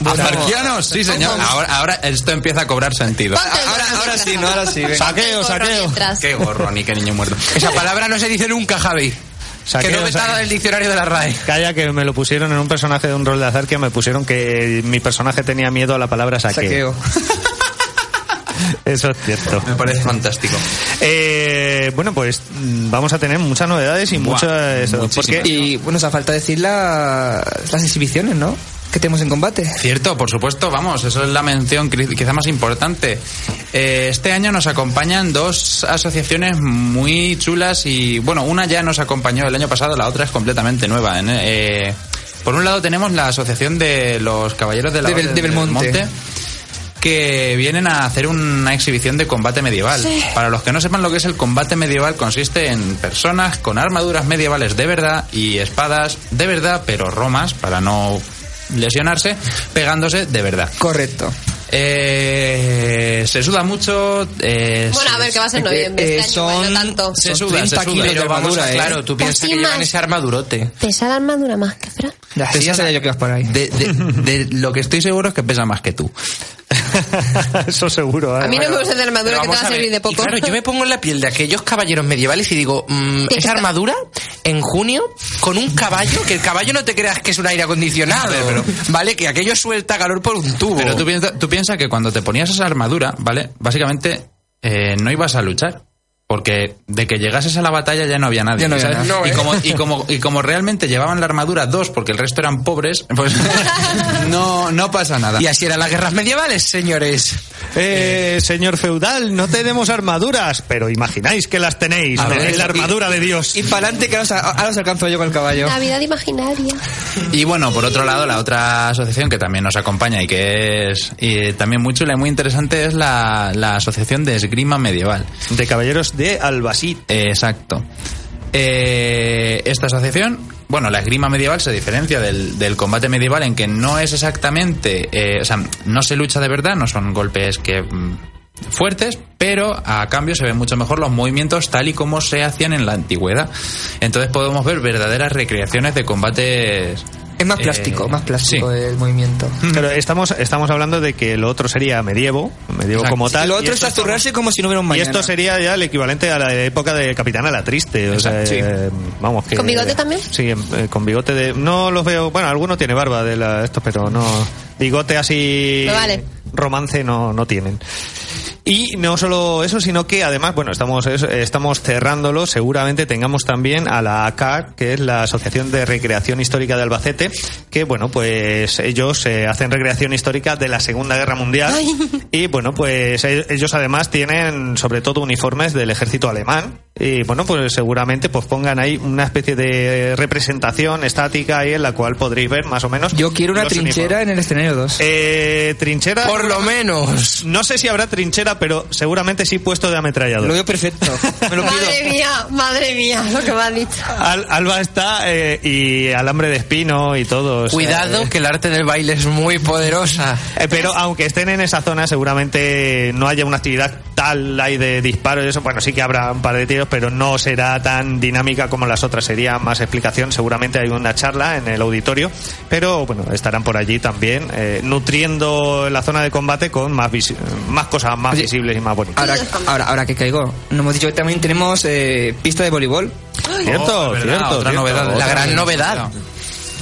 Speaker 9: ¡Azarquianos! Sí, señor. Ahora, ahora esto empieza a cobrar sentido.
Speaker 3: Ponte el
Speaker 5: Ahora,
Speaker 3: gorro,
Speaker 5: ahora
Speaker 3: ponte
Speaker 5: sí,
Speaker 3: el
Speaker 5: no,
Speaker 3: gorro.
Speaker 5: ahora sí. venga.
Speaker 2: Saqueo,
Speaker 3: Ponte el gorro
Speaker 2: saqueo.
Speaker 3: mientras.
Speaker 9: Qué gorro, ni qué niño muerto.
Speaker 4: Esa palabra no se dice nunca, Javi.
Speaker 2: Saqueo,
Speaker 4: que no
Speaker 2: saqueo.
Speaker 4: vetada del diccionario de la RAE.
Speaker 2: Calla que me lo pusieron en un personaje de un rol de azar que me pusieron que mi personaje tenía miedo a la palabra saqueo.
Speaker 5: Saqueo.
Speaker 2: Eso es cierto.
Speaker 9: Me parece fantástico.
Speaker 2: Eh, bueno, pues mm, vamos a tener muchas novedades y
Speaker 9: Buah,
Speaker 2: muchas... eso,
Speaker 9: muchísimas.
Speaker 2: porque-
Speaker 5: Y bueno, nos ha falta decir la- las exhibiciones, ¿no? Que tenemos en combate.
Speaker 8: Cierto, por supuesto, vamos, eso es la mención cri- quizá más importante. Eh, este año nos acompañan dos asociaciones muy chulas y, bueno, una ya nos acompañó el año pasado, la otra es completamente nueva. en, eh, por un lado tenemos la Asociación de los Caballeros de la
Speaker 5: De Bel-
Speaker 8: Orden
Speaker 5: de Belmonte.
Speaker 8: que vienen a hacer una exhibición de combate medieval. Para los que no sepan lo que es el combate medieval, consiste en personas con armaduras medievales de verdad y espadas de verdad, pero romas, para no lesionarse, pegándose de verdad.
Speaker 5: Correcto.
Speaker 8: Eh, se suda mucho. eh,
Speaker 3: Bueno,
Speaker 8: se-
Speaker 3: a ver, que va a ser
Speaker 5: Eh,
Speaker 3: noviembre.
Speaker 5: eh,
Speaker 3: Este año igual no
Speaker 5: son-
Speaker 3: tanto.
Speaker 8: Se
Speaker 4: Son
Speaker 8: suda, se
Speaker 4: 30
Speaker 8: suda.
Speaker 4: kilos de
Speaker 8: Pero vamos a-
Speaker 4: armadura, ¿eh?
Speaker 8: claro,
Speaker 4: tú
Speaker 3: Casi
Speaker 4: piensas que llevan
Speaker 3: más.
Speaker 4: ese armadurote.
Speaker 3: Pesa la armadura más que Fran.
Speaker 5: Ya, sí, ya sabía yo que ibas por ahí.
Speaker 8: De, de- de lo que estoy seguro es que pesa más que tú.
Speaker 2: eso seguro. ¿eh?
Speaker 3: A mí no me gusta de armadura
Speaker 4: Pero
Speaker 3: que te va
Speaker 4: vamos
Speaker 3: a
Speaker 4: ver,
Speaker 3: servir de
Speaker 4: y
Speaker 3: poco.
Speaker 4: claro, yo me pongo en la piel de aquellos caballeros medievales y digo, mm, esa armadura en junio con un caballo, que el caballo no te creas que es un aire acondicionado, ¿vale? Que aquello suelta calor por un tubo.
Speaker 8: Pero tú piensas tú piensa que cuando te ponías esa armadura, ¿vale? Básicamente eh, no ibas a luchar. Porque de que llegases a la batalla ya no había nadie.
Speaker 5: Ya no ¿eh? había
Speaker 8: ¿sabes?
Speaker 5: nadie.
Speaker 8: y, como, y, como, y como realmente llevaban la armadura dos porque el resto eran pobres, pues no, no pasa nada.
Speaker 4: Y así eran las guerras medievales, señores.
Speaker 2: Eh, señor feudal, no tenemos armaduras, pero imagináis que las tenéis.
Speaker 4: ver,
Speaker 2: Tenéis la
Speaker 4: y-
Speaker 2: armadura de Dios.
Speaker 5: Y para adelante, que ahora os, ahora os alcanzo yo con el caballo.
Speaker 3: Navidad imaginaria.
Speaker 8: Y bueno, por otro lado, la otra asociación que también nos acompaña y que es y también muy chula y muy interesante es la, la Asociación de Esgrima Medieval.
Speaker 2: De caballeros de Albacete.
Speaker 8: Eh, exacto. Eh, esta asociación, bueno, la esgrima medieval se diferencia del, del combate medieval en que no es exactamente, eh, o sea, no se lucha de verdad, no son golpes que mm, fuertes, pero a cambio se ven mucho mejor los movimientos tal y como se hacían en la antigüedad. Entonces podemos ver verdaderas recreaciones de combates.
Speaker 5: Es más
Speaker 8: eh,
Speaker 5: plástico, más plástico eh.
Speaker 8: sí.
Speaker 5: el movimiento.
Speaker 2: Pero estamos, estamos hablando de que lo otro sería medievo, medievo
Speaker 8: Exacto.
Speaker 2: como tal.
Speaker 5: Lo
Speaker 2: y
Speaker 5: otro es
Speaker 2: esto
Speaker 5: azurrarse como si no hubiera un
Speaker 2: Y
Speaker 5: mañana.
Speaker 2: esto sería ya el equivalente a la época de Capitana la Triste. O sea,
Speaker 8: Exacto, sí.
Speaker 2: eh, vamos, que,
Speaker 3: ¿Con bigote también?
Speaker 2: Sí, em, eh, con bigote de... No los veo... Bueno, alguno tiene barba de la, estos, pero no... Bigote así...
Speaker 3: Me vale.
Speaker 2: Romance no, no tienen. Y no solo eso, sino que además, bueno, estamos, es- estamos cerrándolo. Seguramente tengamos también a la ACAC, que es la Asociación de Recreación Histórica de Albacete, que, bueno, pues ellos eh, hacen recreación histórica de la Segunda Guerra Mundial. Y, bueno, pues e- ellos además tienen, sobre todo, uniformes del ejército alemán. Y, bueno, pues seguramente pues pongan ahí una especie de representación estática ahí en la cual podréis ver más o menos.
Speaker 5: Yo quiero una
Speaker 2: los
Speaker 5: trinchera
Speaker 2: uniformes.
Speaker 5: en el escenario 2.
Speaker 2: Eh, trinchera.
Speaker 4: Por lo menos.
Speaker 2: No sé si habrá trinchera, pero seguramente sí puesto de ametrallador.
Speaker 5: Lo veo perfecto. Me lo pido.
Speaker 3: Madre mía, madre mía, lo que me has dicho.
Speaker 2: Al- Alba está eh, y alambre de espino y todo. o sea,
Speaker 4: Cuidado,
Speaker 2: eh,
Speaker 4: que el arte del baile es muy poderosa.
Speaker 2: eh, pero aunque estén en esa zona, seguramente no haya una actividad tal ahí de disparos y eso. Bueno, sí que habrá un par de tiros, pero no será tan dinámica como las otras. Sería más explicación. Seguramente hay una charla en el auditorio, pero bueno, estarán por allí también eh, nutriendo la zona de combate con más, visi- más cosas más
Speaker 5: Oye,
Speaker 2: visibles y más bonitas.
Speaker 5: Ahora, ahora, ahora que caigo, nos hemos dicho que también tenemos eh, pista de voleibol.
Speaker 2: Cierto,
Speaker 8: Oh, es verdad,
Speaker 2: cierto, cierto.
Speaker 8: otra novedad.
Speaker 4: La gran novedad.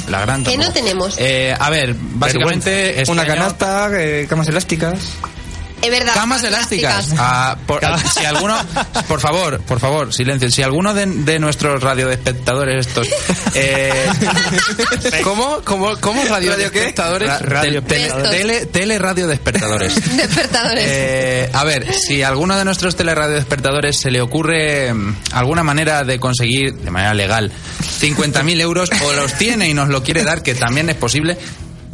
Speaker 8: La gran
Speaker 3: Que no
Speaker 8: tampoco.
Speaker 3: tenemos.
Speaker 8: Eh, a ver, básicamente. este
Speaker 5: Una
Speaker 8: año-
Speaker 5: canasta, eh, camas elásticas.
Speaker 3: Es verdad.
Speaker 8: Camas elásticas. Ah, por, si alguno, por favor, por favor, silencio. Si alguno de, de nuestros radioespectadores estos, eh,
Speaker 4: ¿Cómo? ¿Cómo? ¿Cómo radio,
Speaker 8: ¿Radio qué?
Speaker 4: espectadores?
Speaker 8: Ra- radio
Speaker 4: Del-
Speaker 8: tele,
Speaker 3: Estos.
Speaker 8: tele, teleradio despertadores.
Speaker 3: Despertadores.
Speaker 8: Eh, a ver, si a alguno de nuestros teleradiodespertadores se le ocurre mm, alguna manera de conseguir, de manera legal, 50.000 euros o los tiene y nos lo quiere dar, que también es posible,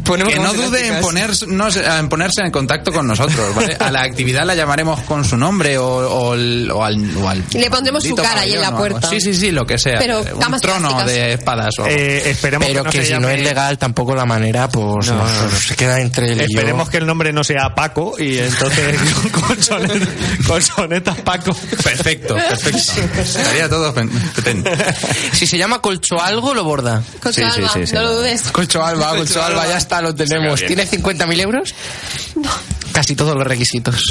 Speaker 4: Ponemos
Speaker 8: que no
Speaker 4: camas
Speaker 8: dude en,
Speaker 4: elásticas.
Speaker 8: poner- no sé, en ponerse en contacto con nosotros. ¿vale? A la actividad la llamaremos con su nombre o, o el- o al, o al-
Speaker 3: Le pondremos su
Speaker 8: maldito
Speaker 3: cara ahí en la
Speaker 8: pabellón o algo.
Speaker 3: puerta.
Speaker 8: Sí, sí, sí, lo que sea.
Speaker 3: Pero
Speaker 8: Eh, un
Speaker 3: camas
Speaker 8: trono
Speaker 3: elásticas.
Speaker 8: de espadas o algo.
Speaker 2: Eh, esperemos
Speaker 4: Pero que,
Speaker 2: se
Speaker 4: si
Speaker 2: llame-
Speaker 4: no es legal tampoco la manera, pues no, no, se queda entre él y yo.
Speaker 2: Esperemos que el nombre no sea Paco y entonces con, sonet- con sonetas Paco.
Speaker 8: Perfecto, perfecto.
Speaker 3: pues
Speaker 8: Estaría todo pen- pen-
Speaker 4: Si se llama colcho algo, lo borda.
Speaker 3: Con su
Speaker 8: sí, sí,
Speaker 3: alma,
Speaker 8: sí, sí,
Speaker 3: no lo
Speaker 8: no.
Speaker 3: dudes.
Speaker 4: Colcho Alba, Colcho Alba, ya está, lo tenemos.
Speaker 7: bien.
Speaker 4: ¿Tiene 50.000 euros? Casi todos los requisitos.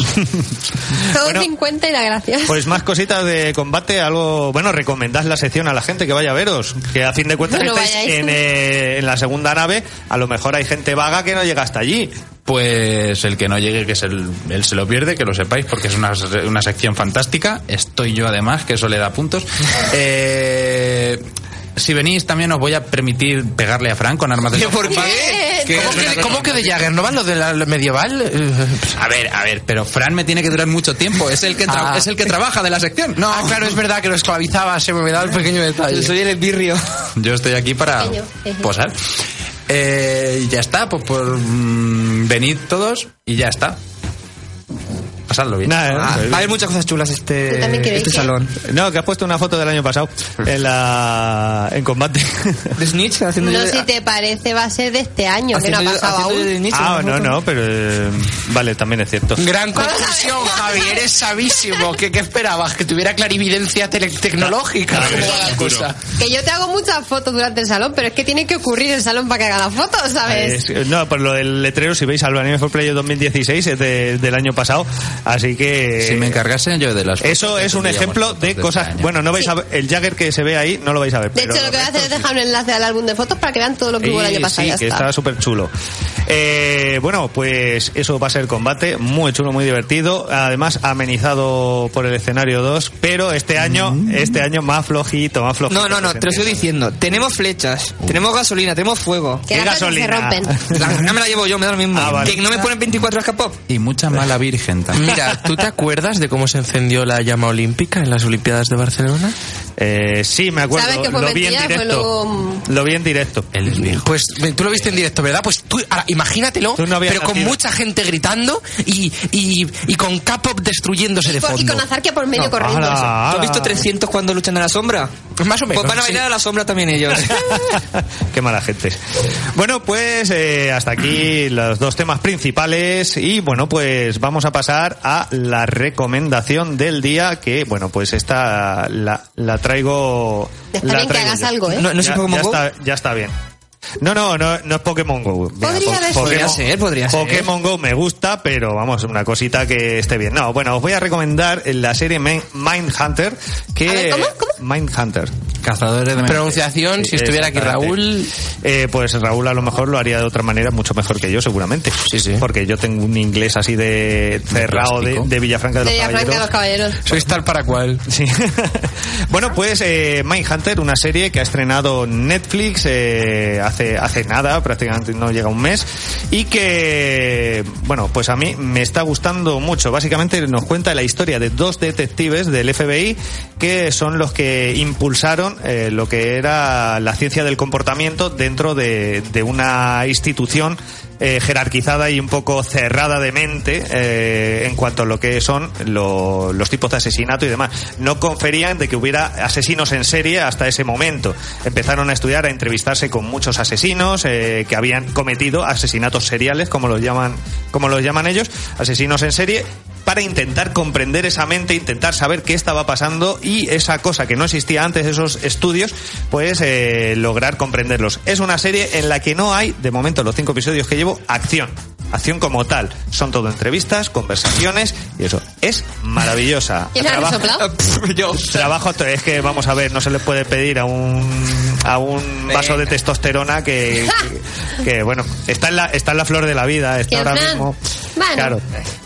Speaker 3: Todo
Speaker 2: Bueno.
Speaker 3: 50 y la gracia.
Speaker 2: Pues más cositas de combate, algo... Bueno, recomendad la sección a la gente que vaya a veros, que a fin de cuentas
Speaker 3: Bueno,
Speaker 2: estáis
Speaker 3: vayáis.
Speaker 2: en, eh, en la segunda nave, a lo mejor hay gente vaga que no llega hasta allí.
Speaker 8: Pues el que no llegue, que es el, él se lo pierde, que lo sepáis, porque es una, una sección fantástica. Estoy yo además, que eso le da puntos. Eh, si venís también os voy a permitir pegarle a Frank con armas de...
Speaker 4: ¿Por
Speaker 3: qué?
Speaker 4: ¿Cómo que, cómo que de Jagger? ¿No van los de la lo medieval? Eh,
Speaker 8: A ver, a ver, pero Fran me tiene que durar mucho tiempo. Es el que, tra-
Speaker 4: Ah.
Speaker 8: es el que trabaja de la sección. No,
Speaker 4: Ah, claro, es verdad que lo esclavizaba, se me da el pequeño detalle.
Speaker 8: el birrio. Yo estoy aquí para
Speaker 3: Pequeño, pequeño.
Speaker 8: posar. Eh, y ya está, pues por mm, venid todos y ya está. Pasadlo bien.
Speaker 2: Nada,
Speaker 4: Ah,
Speaker 2: eh,
Speaker 4: va a haber muchas cosas chulas
Speaker 3: Yo también
Speaker 4: este,
Speaker 3: queréis
Speaker 4: este
Speaker 3: que-
Speaker 4: salón.
Speaker 2: No, que has puesto una foto del año pasado en, la... en combate.
Speaker 4: ¿De Snitch? Haciendo
Speaker 3: No,
Speaker 4: yo-
Speaker 3: si te parece, va a ser de este año, que no ha
Speaker 4: haciendo yo-
Speaker 3: pasado
Speaker 4: haciendo yo de
Speaker 3: aún.
Speaker 4: Nietzsche,
Speaker 2: ah,
Speaker 4: una
Speaker 2: no,
Speaker 4: foto.
Speaker 2: no, pero... eh, Vale, también es cierto.
Speaker 4: Gran conclusión, Javi, eres sabísimo. ¿Qué, qué esperabas? ¿Que tuviera clarividencia tele- tecnológica?
Speaker 7: Claro,
Speaker 4: ¿Cómo
Speaker 7: claro,
Speaker 4: va la
Speaker 7: seguro.
Speaker 4: cosa?
Speaker 3: Que yo te hago muchas fotos durante el salón, pero es que tiene que ocurrir el salón para que haga las fotos, ¿sabes?
Speaker 2: Eh, sí, no, por lo del letrero, si veis, al Anime for Player 2016 es de- del año pasado. Así que.
Speaker 8: si me encargasen yo de las
Speaker 2: eh, Eso
Speaker 8: fotos,
Speaker 2: es un
Speaker 8: tendríamos
Speaker 2: ejemplo
Speaker 8: fotos
Speaker 2: de
Speaker 8: este
Speaker 2: cosas.
Speaker 8: año.
Speaker 2: bueno, no vais a ver. El Jagger que se ve ahí no lo vais a ver.
Speaker 3: De
Speaker 2: pero
Speaker 3: hecho, lo que voy a hacer es dejar un enlace al álbum de fotos para que vean todo lo que hubo el
Speaker 2: Y
Speaker 3: año pasado.
Speaker 2: sí,
Speaker 3: ya
Speaker 2: que
Speaker 3: está.
Speaker 2: estaba súper chulo. Eh, bueno, pues eso va a ser combate, muy chulo, muy divertido. Además, amenizado por el escenario 2, pero este año,
Speaker 3: Mm.
Speaker 2: este año más flojito, más flojito.
Speaker 5: No, no, no, te lo estoy diciendo. Tenemos flechas, tenemos gasolina, tenemos fuego.
Speaker 3: Que
Speaker 2: qué
Speaker 3: las cosas se
Speaker 2: gasolina.
Speaker 3: rompen.
Speaker 5: La no me la llevo yo, me da lo mismo.
Speaker 2: Ah, vale.
Speaker 5: Que no me ponen 24 horas K-pop.
Speaker 8: y mucha mala virgen también.
Speaker 4: Mira, ¿tú te acuerdas de cómo se encendió la llama olímpica en las Olimpiadas de Barcelona?
Speaker 2: Eh, sí, me acuerdo.
Speaker 3: ¿Sabes que fue
Speaker 2: lo vi en
Speaker 3: mentira? Fue
Speaker 2: directo.
Speaker 3: lo-
Speaker 2: Lo vi en directo.
Speaker 8: Él es viejo.
Speaker 4: Pues eh, tú lo viste en directo, ¿verdad? Pues tú, ahora, imagínatelo,
Speaker 2: Tú no habías
Speaker 4: pero con
Speaker 2: nacido.
Speaker 4: mucha gente gritando y, y, y con K-pop destruyéndose
Speaker 3: Y,
Speaker 4: de
Speaker 3: por- Pues, y
Speaker 4: fondo.
Speaker 3: con Azarquia por medio
Speaker 2: No,
Speaker 3: corriendo.
Speaker 2: ala,
Speaker 3: eso.
Speaker 2: ala.
Speaker 5: ¿Tú has visto 300 cuando luchan a la sombra?
Speaker 4: Más o menos.
Speaker 5: Pues van a
Speaker 4: sí.
Speaker 5: bailar a la sombra también ellos.
Speaker 2: Qué mala gente. Bueno, pues eh, hasta aquí los dos temas principales y bueno, pues vamos a pasar a la recomendación del día que, bueno, pues esta la, la traigo...
Speaker 3: Está
Speaker 2: la
Speaker 3: bien que
Speaker 2: traigo
Speaker 3: hagas
Speaker 2: yo.
Speaker 3: algo, ¿eh?
Speaker 5: No, no es
Speaker 2: ya,
Speaker 5: Pokémon
Speaker 2: ya
Speaker 5: Go.
Speaker 2: está, ya está bien. No, no, no, no es Pokémon Go.
Speaker 3: Podría haber sido.
Speaker 5: Podría ser, podría ser.
Speaker 2: Pokémon Go me gusta, pero vamos, una cosita que esté bien. No, bueno, os voy a recomendar la serie Mind- Mindhunter que...
Speaker 3: A ver, ¿cómo? ¿Cómo?
Speaker 2: Mindhunter.
Speaker 8: Cazadores de
Speaker 4: Pronunciación, si estuviera aquí Raúl.
Speaker 2: Eh, pues Raúl a lo mejor lo haría de otra manera, mucho mejor que yo, seguramente.
Speaker 4: Sí, sí.
Speaker 2: Porque yo tengo un inglés así de cerrado de,
Speaker 8: plástico.
Speaker 2: de Villafranca de los
Speaker 3: De Villafranca de los
Speaker 2: Caballeros.
Speaker 3: Caballeros.
Speaker 4: Sois tal para cual.
Speaker 2: Sí. bueno, pues eh, Mindhunter, una serie que ha estrenado Netflix eh, hace, hace nada, prácticamente no llega un mes, y que, bueno, pues a mí me está gustando mucho. Básicamente nos cuenta la historia de dos detectives del FBI que son los que impulsaron eh, lo que era la ciencia del comportamiento dentro de, de una institución eh, jerarquizada y un poco cerrada de mente eh, en cuanto a lo que son lo- los tipos de asesinato y demás. No conferían de que hubiera asesinos en serie hasta ese momento. Empezaron a estudiar, a entrevistarse con muchos asesinos eh, que habían cometido asesinatos seriales, como los llaman, como los llaman ellos, asesinos en serie para intentar comprender esa mente, intentar saber qué estaba pasando y esa cosa que no existía antes, esos estudios, pues eh, lograr comprenderlos. Es una serie en la que no hay, de momento, los cinco episodios que llevo, acción. Acción como tal. Son todo entrevistas, conversaciones y eso. Es maravillosa.
Speaker 3: ¿Quién ha
Speaker 2: Trabajo-
Speaker 3: soplado?
Speaker 5: yo.
Speaker 2: Trabajo, es que vamos a ver, no se le puede pedir a un a un vaso de
Speaker 5: Venga.
Speaker 2: testosterona que, que, que, bueno, está en, la, está en la flor de la vida, está
Speaker 3: Que
Speaker 2: ahora
Speaker 3: Fran-
Speaker 2: mismo.
Speaker 3: Bueno.
Speaker 2: Claro.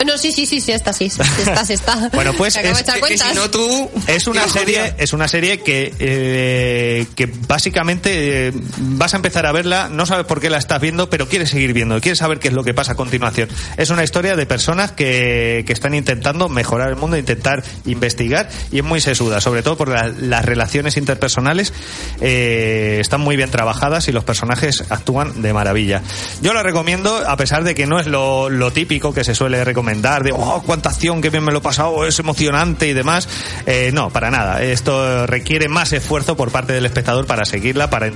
Speaker 3: No, sí, sí, sí, sí, está, sí, sí, está, sí, está.
Speaker 2: Bueno, pues
Speaker 3: Me acabo
Speaker 2: es-
Speaker 3: de echar
Speaker 5: Que- que
Speaker 3: cuentas.
Speaker 5: si no tú...
Speaker 2: Es una
Speaker 5: Dios,
Speaker 2: serie,
Speaker 5: jodida.
Speaker 2: es una serie que, eh, que básicamente eh, vas a empezar a verla, no sabes por qué la estás viendo, pero quieres seguir viendo, quieres saber qué es lo que pasa a continuación. Es una historia de personas que, que están intentando mejorar el mundo, intentar investigar, y es muy sesuda, sobre todo por la- las relaciones interpersonales, eh, están muy bien trabajadas y los personajes actúan de maravilla. Yo la recomiendo, a pesar de que no es lo, lo típico que se suele recomendar, de oh, cuánta acción, qué bien me lo he pasado, es emocionante y demás. Eh, no, para nada. Esto requiere más esfuerzo por parte del espectador para seguirla, para,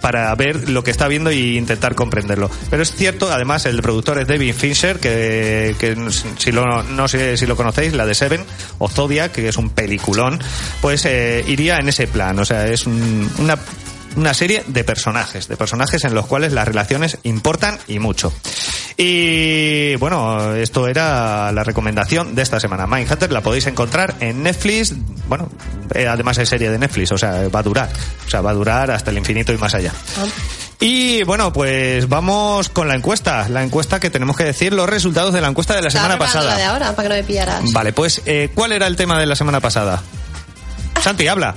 Speaker 2: para ver lo que está viendo e intentar comprenderlo. Pero es cierto, además, el productor es David Fincher, que, que si lo, no sé si lo conocéis, la de Seven o Zodiac, que es un peliculón, pues eh, iría en ese plan. O sea, es un- una una serie de personajes, de personajes en los cuales las relaciones importan y mucho. Y bueno, esto era la recomendación de esta semana. Mindhunter la podéis encontrar en Netflix, bueno, eh, además es serie de Netflix, o sea, va a durar, o sea, va a durar hasta el infinito y más allá.
Speaker 3: Ah.
Speaker 2: Y bueno, pues vamos con la encuesta, la encuesta que tenemos que decir los resultados de la encuesta de la
Speaker 3: Estaba
Speaker 2: semana
Speaker 3: preparando la de
Speaker 2: pasada.
Speaker 3: ahora para que no me pillaras.
Speaker 2: Vale, pues eh, ¿cuál era el tema de la semana pasada? Santi, habla.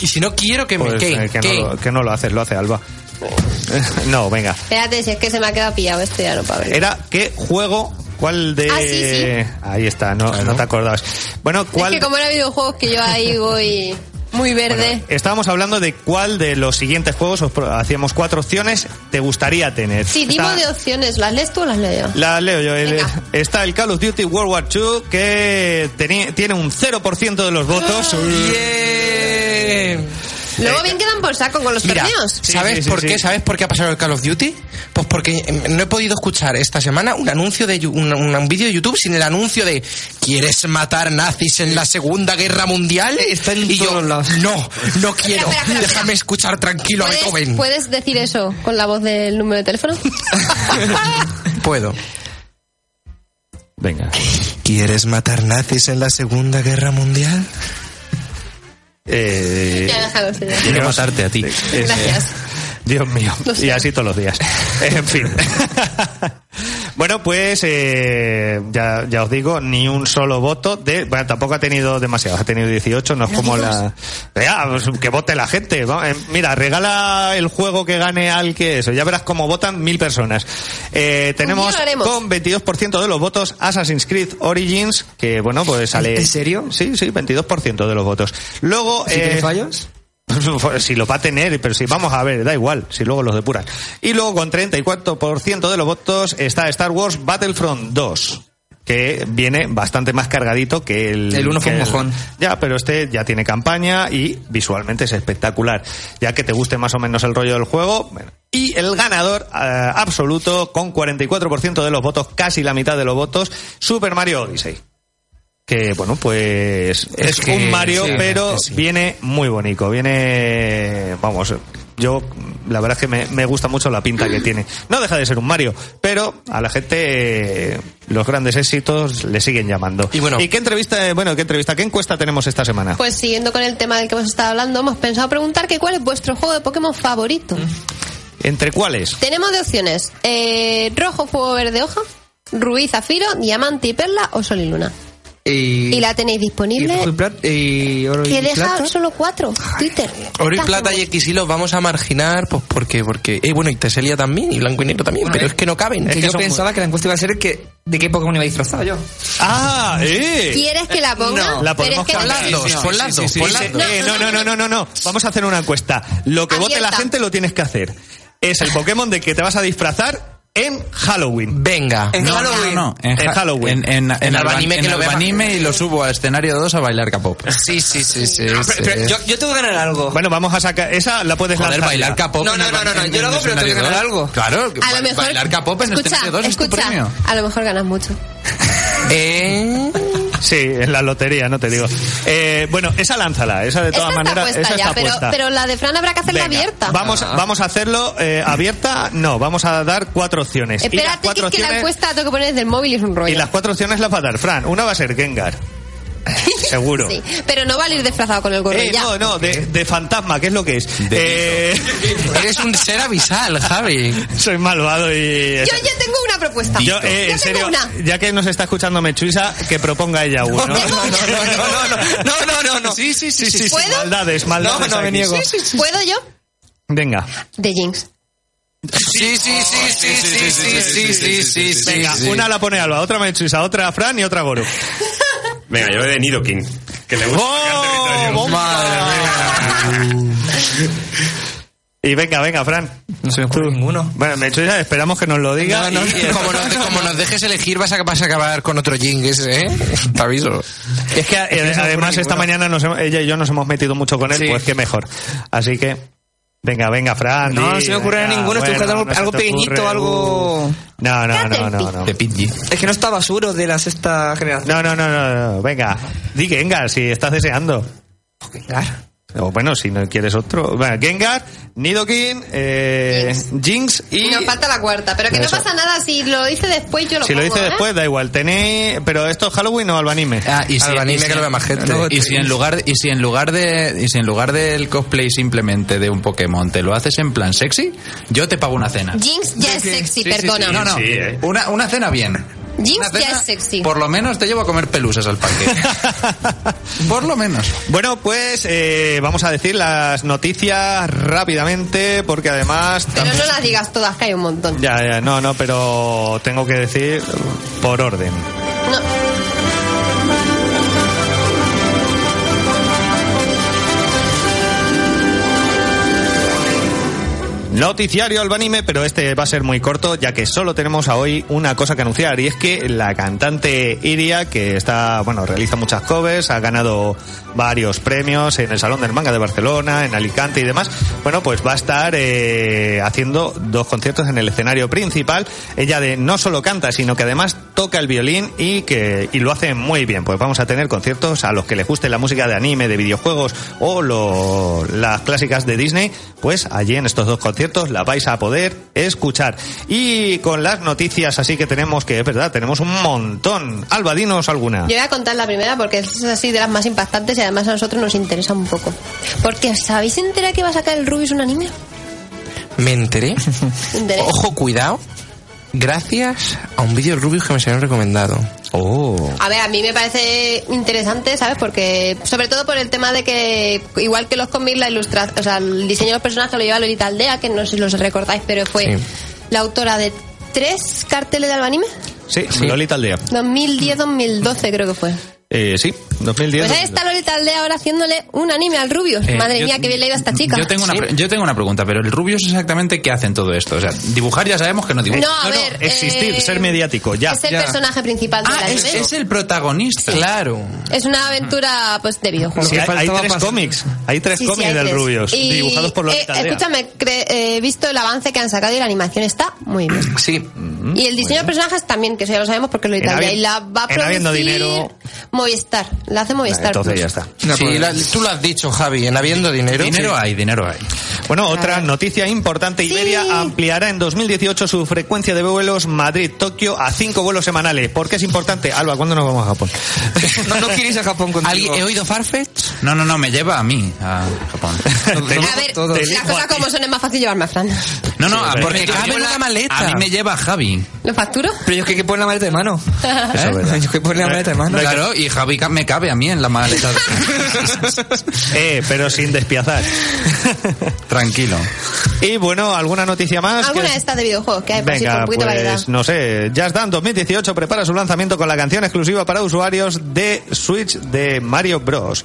Speaker 4: Y si no quiero que me...
Speaker 2: Pues,
Speaker 4: ¿qué?
Speaker 2: eh, que,
Speaker 4: ¿qué?
Speaker 2: No lo, que no lo haces, lo hace Alba. Eh, no, venga.
Speaker 3: Espérate, si es que se me ha quedado pillado esto ya no para ver.
Speaker 2: Era qué juego, cuál de.
Speaker 3: Ah, sí,
Speaker 2: Ahí está, no, no te acordabas. Bueno,
Speaker 3: Es
Speaker 2: cuál.
Speaker 3: que como era videojuegos que yo ahí voy muy verde.
Speaker 2: bueno, estábamos hablando de cuál de los siguientes juegos, os pro- hacíamos cuatro opciones, te gustaría tener.
Speaker 3: Sí, tipo
Speaker 2: Está-
Speaker 3: de opciones, ¿las lees tú o las leo yo?
Speaker 2: La leo yo. El- eh,
Speaker 3: Venga.
Speaker 2: está el Call of Duty World War II que teni- tiene un 0% de los votos.
Speaker 3: Oh,
Speaker 4: Bien.
Speaker 3: Luego bien quedan por saco con los
Speaker 4: Mira,
Speaker 3: torneos.
Speaker 2: Eh, Sí,
Speaker 4: ¿sabes
Speaker 2: sí, sí,
Speaker 4: por
Speaker 2: sí.
Speaker 4: qué? ¿Sabes por qué ha pasado el Call of Duty? Pues porque eh, no he podido escuchar esta semana un anuncio de Yu- un, un- un vídeo de YouTube sin el anuncio de ¿Quieres matar nazis en la Segunda Guerra Mundial?
Speaker 5: Está en
Speaker 4: y yo,
Speaker 5: todos lados.
Speaker 4: No, no quiero.
Speaker 3: espera, espera,
Speaker 4: Déjame escuchar tranquilo a
Speaker 3: ¿Puedes,
Speaker 4: Beethoven.
Speaker 3: puedes decir eso con la voz del número de teléfono?
Speaker 4: Puedo.
Speaker 2: Venga.
Speaker 4: ¿Quieres matar nazis en la Segunda Guerra Mundial?
Speaker 2: Eh,
Speaker 3: ya, déjalo, sí, ya.
Speaker 8: Quiero matarte a ti.
Speaker 2: es-
Speaker 3: Gracias.
Speaker 2: Dios mío.
Speaker 3: Lo sé.
Speaker 2: Y así todos los días. En fin. bueno, pues eh, ya, ya os digo, ni un solo voto de. Bueno, tampoco ha tenido demasiados, ha tenido 18, no es como la. Vea, pues, que vote la gente. va, eh, mira, regala el juego que gane al que eso. Ya verás cómo votan mil personas.
Speaker 5: Pues
Speaker 2: Eh, tenemos
Speaker 3: día lo haremos.
Speaker 2: con 22% de los votos Assassin's Creed Origins, que bueno, pues sale.
Speaker 5: ¿En serio?
Speaker 2: Sí, sí, 22% de los votos. Luego.
Speaker 5: ¿Si tiene
Speaker 2: eh,
Speaker 5: fallos?
Speaker 2: si los va a tener, pero si vamos a ver, da igual, si luego los depuran. Y luego con 34% de los votos está Star Wars Battlefront 2, que viene bastante más cargadito que el...
Speaker 5: El uno fue
Speaker 2: que
Speaker 5: un mojón.
Speaker 2: Ya, pero este ya tiene campaña y visualmente es espectacular. Ya que te guste más o menos el rollo del juego... bueno. Y el ganador eh, absoluto con 44% de los votos, casi la mitad de los votos, Super Mario Odyssey. Que bueno, pues es,
Speaker 4: que
Speaker 2: un Mario,
Speaker 4: sí,
Speaker 2: pero
Speaker 4: que sí.
Speaker 2: viene muy bonito. Viene, vamos, yo la verdad es que me, me gusta mucho la pinta que tiene. No deja de ser un Mario, pero a la gente eh, los grandes éxitos le siguen llamando.
Speaker 4: Y bueno.
Speaker 2: qué entrevista, eh, bueno, qué entrevista, qué encuesta tenemos esta semana?
Speaker 3: Pues siguiendo con el tema del que hemos estado hablando, hemos pensado preguntar que cuál es vuestro juego de Pokémon favorito.
Speaker 2: Mm. ¿Entre cuáles?
Speaker 3: Tenemos de opciones: eh, rojo, fuego verde, hoja, rubí, zafiro, diamante y perla o sol y luna. Y la tenéis
Speaker 5: y rojo y
Speaker 3: disponible.
Speaker 5: plat- y oro y
Speaker 3: Que deja
Speaker 5: plata.
Speaker 3: ah, solo cuatro. Twitter.
Speaker 4: Oro y
Speaker 3: ¿Qué
Speaker 4: plata y
Speaker 3: hacemos?
Speaker 4: X y los vamos a marginar, pues porque, porque, eh, bueno, y Teselia también, y blanco y negro también, pero es que no caben.
Speaker 5: Que
Speaker 4: Es que
Speaker 5: yo
Speaker 4: son-
Speaker 5: pensaba que la encuesta iba a ser que, de qué Pokémon iba disfrazado yo.
Speaker 2: ¡Ah! ¡Eh!
Speaker 3: ¿Quieres que la ponga?
Speaker 5: No,
Speaker 2: la
Speaker 3: Pero
Speaker 2: podemos
Speaker 3: es que
Speaker 4: Pon las dos,
Speaker 2: Sí, sí,
Speaker 4: pon las
Speaker 2: sí,
Speaker 4: dos,
Speaker 2: sí,
Speaker 4: pon
Speaker 2: sí.
Speaker 4: las dos.
Speaker 2: Eh, no, no, no, no, no, no. Vamos a hacer una encuesta. Lo que vote la
Speaker 3: Abierta.
Speaker 2: gente lo tienes que hacer. Es el Pokémon de que te vas a disfrazar en Halloween.
Speaker 4: Venga.
Speaker 2: Eh,
Speaker 5: En
Speaker 8: No, no,
Speaker 5: Halloween.
Speaker 8: no, en,
Speaker 2: En
Speaker 8: Ja-
Speaker 2: Halloween.
Speaker 8: En, en, en,
Speaker 4: En
Speaker 8: Alba-
Speaker 4: Albanime
Speaker 8: en
Speaker 4: que lo vea
Speaker 8: Albanime y lo subo al escenario 2 a bailar K-pop.
Speaker 4: Sí, sí, sí, sí.
Speaker 5: Ah,
Speaker 4: sí.
Speaker 5: pero- pero yo, yo tengo que ganar algo.
Speaker 2: Bueno, vamos a sacar. Esa la puedes
Speaker 4: Joder,
Speaker 2: lanzar
Speaker 4: bailar
Speaker 2: ya.
Speaker 4: K-pop.
Speaker 5: No,
Speaker 4: en
Speaker 5: no,
Speaker 4: el-
Speaker 5: no, no, no,
Speaker 4: en-
Speaker 5: yo lo
Speaker 4: en
Speaker 5: hago,
Speaker 4: el
Speaker 5: pero tengo que
Speaker 4: escenario
Speaker 5: ganar
Speaker 4: dos.
Speaker 5: algo.
Speaker 4: Claro,
Speaker 3: A lo mejor.
Speaker 4: bailar K-pop en el
Speaker 3: escucha,
Speaker 4: escenario 2 es tu
Speaker 3: escucha,
Speaker 4: premio.
Speaker 3: A lo mejor ganas mucho.
Speaker 4: Eh,
Speaker 2: Sí, en la lotería, no te digo. Eh, bueno, esa lánzala, esa de
Speaker 3: Esta
Speaker 2: todas
Speaker 3: está
Speaker 2: maneras.
Speaker 3: puesta
Speaker 2: esa
Speaker 3: ya,
Speaker 2: está
Speaker 3: pero,
Speaker 2: puesta.
Speaker 3: pero la de Fran habrá que hacerla
Speaker 2: Venga,
Speaker 3: abierta.
Speaker 2: Vamos, vamos a hacerlo eh, abierta. No, vamos a dar cuatro opciones. Y las
Speaker 3: Espérate, que
Speaker 2: cuatro
Speaker 3: es que la
Speaker 2: opciones-
Speaker 3: encuesta la tengo que poner desde el móvil y es un rollo.
Speaker 2: Y las cuatro opciones las va a dar Fran. Una va a ser Gengar. Seguro.
Speaker 3: Sí, pero no vale ir disfrazado con el gorro
Speaker 2: Eh,
Speaker 3: ya.
Speaker 2: no, no, de, de fantasma, ¿qué es lo que es? Eh,
Speaker 4: Eres un ser abisal, Javi.
Speaker 2: soy malvado y...
Speaker 3: Yo, yo tengo una propuesta.
Speaker 2: Yo, eh, en
Speaker 3: tengo
Speaker 2: serio,
Speaker 3: una.
Speaker 2: ya que nos está escuchando Mechuisa, que proponga ella uno.
Speaker 3: no, no,
Speaker 4: Pues No, no, no, no, no, no, no.
Speaker 2: Sí, sí, sí, sí, sí,
Speaker 3: ¿Puedo?
Speaker 2: Maldades, maldades.
Speaker 4: No, no, me
Speaker 2: aquí.
Speaker 4: niego.
Speaker 2: Sí, sí, sí.
Speaker 3: ¿Puedo yo?
Speaker 2: Venga,
Speaker 3: De Jinx.
Speaker 4: Sí, sí, sí, sí, sí, sí, sí, sí, sí, sí.
Speaker 2: venga,
Speaker 4: sí.
Speaker 2: una la pone Alba, otra Mechuisa, otra Fran y otra Goro.
Speaker 7: Venga, yo de Nidoking. Que le gusta. marcar territorio.
Speaker 2: ¡Oh! Y venga, venga, Fran.
Speaker 4: No se me ocurre ninguno.
Speaker 2: Bueno, Mechuisa, esperamos que nos lo diga.
Speaker 4: No, no,
Speaker 2: y- y-
Speaker 4: como, nos, como nos dejes elegir vas a, vas a acabar con otro jinx, ¿eh? Te aviso.
Speaker 2: Es que eh,
Speaker 4: no
Speaker 2: además
Speaker 4: ocurre
Speaker 2: esta
Speaker 4: ninguna.
Speaker 2: mañana nos hemos- ella y yo nos hemos metido mucho con él,
Speaker 4: Sí.
Speaker 2: pues qué mejor. Así que, venga, venga, Fran.
Speaker 5: No,
Speaker 2: di,
Speaker 5: no se me ocurre
Speaker 2: venga,
Speaker 5: ninguno, estoy buscando algo-
Speaker 2: se
Speaker 5: algo
Speaker 2: te
Speaker 5: pequeñito,
Speaker 2: ocurre,
Speaker 5: algo-
Speaker 2: uh. No, no, no, no, no.
Speaker 3: Caterpie.
Speaker 9: De Pidgey.
Speaker 5: Es que no está basuro de la sexta generación.
Speaker 2: No, no, no, no, no, venga. Di Gengar si estás deseando.
Speaker 5: Claro.
Speaker 2: O bueno, si no quieres otro. Bueno, Gengar, Nidoking, eh, Jinx y.
Speaker 3: Y nos falta la cuarta, pero que
Speaker 2: Eso.
Speaker 3: no pasa nada si lo dice después yo lo
Speaker 2: si lo
Speaker 3: pongo,
Speaker 2: dice
Speaker 3: ¿eh?
Speaker 2: después, da igual. Tenéis. Pero esto es Halloween o albanime.
Speaker 9: Ah, y si, y
Speaker 4: Alba, anime
Speaker 9: si-
Speaker 4: que lo vea más gente.
Speaker 9: no, y si en lugar y si en lugar de y si en lugar del cosplay simplemente de un Pokémon te lo haces en plan sexy, yo te pago una cena.
Speaker 3: Jinx ya es
Speaker 9: Sí,
Speaker 3: sexy,
Speaker 9: sí,
Speaker 3: perdona.
Speaker 9: sí. No, no,
Speaker 7: Sí, eh.
Speaker 9: una, una cena bien.
Speaker 3: Jinx
Speaker 9: Una
Speaker 3: ya
Speaker 9: cena,
Speaker 3: es sexy.
Speaker 9: Por lo menos te llevo a comer pelusas al parque. por lo menos.
Speaker 2: Bueno, pues eh, vamos a decir las noticias rápidamente, porque además.
Speaker 3: Pero
Speaker 2: tam-
Speaker 3: no las digas todas, que hay un montón.
Speaker 2: Ya, ya, no, no, pero tengo que decir por orden.
Speaker 3: No.
Speaker 2: Noticiario albanime, pero este va a ser muy corto, ya que solo tenemos a hoy una cosa que anunciar, y es que la cantante Iria, que está, bueno, realiza muchas covers, ha ganado varios premios en el Salón del Manga de Barcelona, en Alicante y demás, bueno, pues va a estar eh, haciendo dos conciertos en el escenario principal. Ella de no solo canta, sino que además toca el violín y que y lo hace muy bien. Pues vamos a tener conciertos a los que les guste la música de anime, de videojuegos o lo- las clásicas de Disney, pues allí en estos dos conciertos la vais a poder escuchar. Y con las noticias así que tenemos que, es verdad, tenemos un montón. Alba, dinos alguna.
Speaker 3: Yo voy a contar la primera porque es así de las más impactantes y además a nosotros nos interesa un poco. Porque ¿os habéis enterado que va a sacar el Rubius un anime?
Speaker 4: Me enteré.
Speaker 3: Me enteré.
Speaker 4: Ojo, cuidado. Gracias a un vídeo Rubius que me se habían recomendado.
Speaker 9: Oh.
Speaker 3: A ver, a mí me parece interesante, ¿sabes? Porque, sobre todo por el tema de que, igual que los cómics, la ilustración, o sea, el diseño de los personajes lo lleva Lolita Aldea, que no sé si los recordáis, pero fue
Speaker 4: Sí.
Speaker 3: la autora de tres carteles de Albanime,
Speaker 2: Sí, Lolita Aldea.
Speaker 3: 2010-2012 creo que fue.
Speaker 2: Eh, sí, 2010.
Speaker 3: Pues ahí está Lolita Aldea ahora haciéndole un anime al Rubius.
Speaker 9: Eh,
Speaker 3: Madre
Speaker 9: yo-
Speaker 3: mía, qué bien le ha ido a esta chica.
Speaker 9: Yo tengo, una, pre- yo tengo una pregunta, pero el Rubius exactamente qué hace en todo esto. O sea, dibujar ya sabemos que no dibuja.
Speaker 3: No, a
Speaker 2: No, no,
Speaker 3: ver.
Speaker 2: existir,
Speaker 3: eh,
Speaker 2: ser mediático, ya.
Speaker 3: Es el
Speaker 4: ya.
Speaker 3: personaje principal del
Speaker 9: ah,
Speaker 3: anime.
Speaker 9: es, es el protagonista.
Speaker 4: Claro.
Speaker 3: Es una aventura pues de videojuegos.
Speaker 2: Sí,
Speaker 4: que
Speaker 2: hay, hay
Speaker 4: faltaba
Speaker 2: tres
Speaker 4: pasar.
Speaker 2: cómics, hay tres
Speaker 3: Sí, sí,
Speaker 2: cómics
Speaker 3: hay
Speaker 2: del
Speaker 3: tres.
Speaker 2: Rubius,
Speaker 3: Y,
Speaker 2: dibujados por
Speaker 3: eh,
Speaker 2: Lolita Aldea.
Speaker 3: Escúchame, cre- eh, visto el avance que han sacado y la animación está muy bien.
Speaker 4: Sí.
Speaker 3: Y el diseño de personajes también, que eso ya lo sabemos porque lo
Speaker 2: Mm, En
Speaker 3: Italia.
Speaker 2: habi-
Speaker 3: Y la va a
Speaker 2: en habiendo
Speaker 3: producir
Speaker 2: dinero-
Speaker 3: Movistar. La hace Movistar.
Speaker 2: Entonces
Speaker 3: Plus.
Speaker 2: ya está.
Speaker 4: Sí, la- tú lo has dicho, Javi, en habiendo dinero.
Speaker 9: Dinero hay, dinero hay.
Speaker 2: Bueno, otra noticia importante. Iberia ampliará en 2018 su frecuencia de vuelos Madrid-Tokio a cinco vuelos semanales. ¿Por qué es importante? Alba, ¿cuándo nos vamos a Japón?
Speaker 5: No, no quieres a Japón contigo.
Speaker 4: ¿Alguien- ¿He oído Farfetch?
Speaker 9: No, no, no, me lleva a mí, a Japón.
Speaker 3: A ver, las cosas como son es más fácil llevarme a Fran.
Speaker 9: No, no,
Speaker 2: Sí,
Speaker 9: a mí
Speaker 4: porque
Speaker 9: me
Speaker 4: cabe
Speaker 9: lleva-
Speaker 4: en una maleta.
Speaker 9: A mí me lleva Javi.
Speaker 3: ¿Lo facturo?
Speaker 5: Pero yo es que hay que poner la maleta de mano.
Speaker 9: ¿eh?
Speaker 5: Yo es que poner la maleta de mano.
Speaker 9: Claro, y Javi ca- me cabe a mí en la maleta.
Speaker 2: Eh, pero sin despiazar.
Speaker 9: Tranquilo.
Speaker 2: y bueno, ¿alguna noticia más?
Speaker 3: Alguna de
Speaker 2: Que-
Speaker 3: estas de videojuegos que hay, por si con
Speaker 2: Venga,
Speaker 3: un poquito de variedad.
Speaker 2: pues no sé. Just Dance 2018 prepara su lanzamiento con la canción exclusiva para usuarios de Switch de Mario Bros.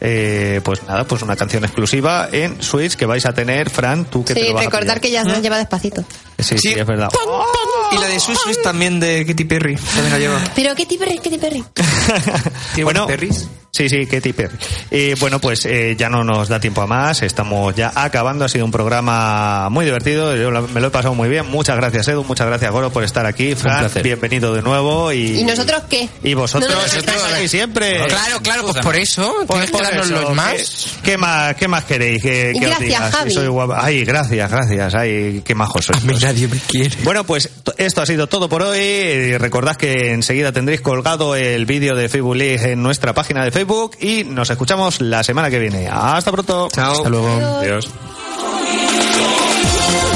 Speaker 2: Eh, pues nada, pues una canción exclusiva en Switch que vais a tener, Fran, tú que te
Speaker 3: Sí,
Speaker 2: lo vas a
Speaker 3: recordar
Speaker 2: pillar. ¿Mm?
Speaker 3: que ya se lleva despacito.
Speaker 2: Sí, sí,
Speaker 5: Sí.
Speaker 2: es verdad.
Speaker 5: Y la de Susus también de Katy Perry. También la lleva.
Speaker 3: Pero qué tipo eres, qué tipo eres.
Speaker 5: ¿Tiene
Speaker 2: bueno,
Speaker 5: buenos perris?
Speaker 2: Sí, sí, qué tipe. Y bueno, pues eh, ya no nos da tiempo a más, estamos ya acabando, ha sido un programa muy divertido, yo la- me lo he pasado muy bien, muchas gracias Edu, muchas gracias Goro por estar aquí, Fran,
Speaker 9: placer.
Speaker 2: bienvenido de nuevo y...
Speaker 3: ¿Y nosotros qué?
Speaker 2: Y vosotros,
Speaker 3: No, no, no,
Speaker 2: estáis
Speaker 3: no, no, no.
Speaker 2: aquí siempre.
Speaker 4: Claro, claro, pues por eso. Tienes que
Speaker 2: Por
Speaker 4: darnos
Speaker 2: eso,
Speaker 4: los
Speaker 2: ¿qué-
Speaker 4: más.
Speaker 2: ¿Qué más, qué más queréis que,
Speaker 3: Y
Speaker 2: que os
Speaker 3: gracias,
Speaker 2: diga? Sí,
Speaker 3: Javi.
Speaker 2: soy guapa. Ay, gracias, gracias. Ay, qué majos sois.
Speaker 4: nadie me quiere.
Speaker 2: Bueno, pues t- esto ha sido todo por hoy. Eh, Recordad que enseguida tendréis colgado el vídeo de Facebook League en nuestra página de Facebook y nos escuchamos la semana que viene. Hasta pronto.
Speaker 4: Hasta luego.
Speaker 7: Adiós.
Speaker 6: Yo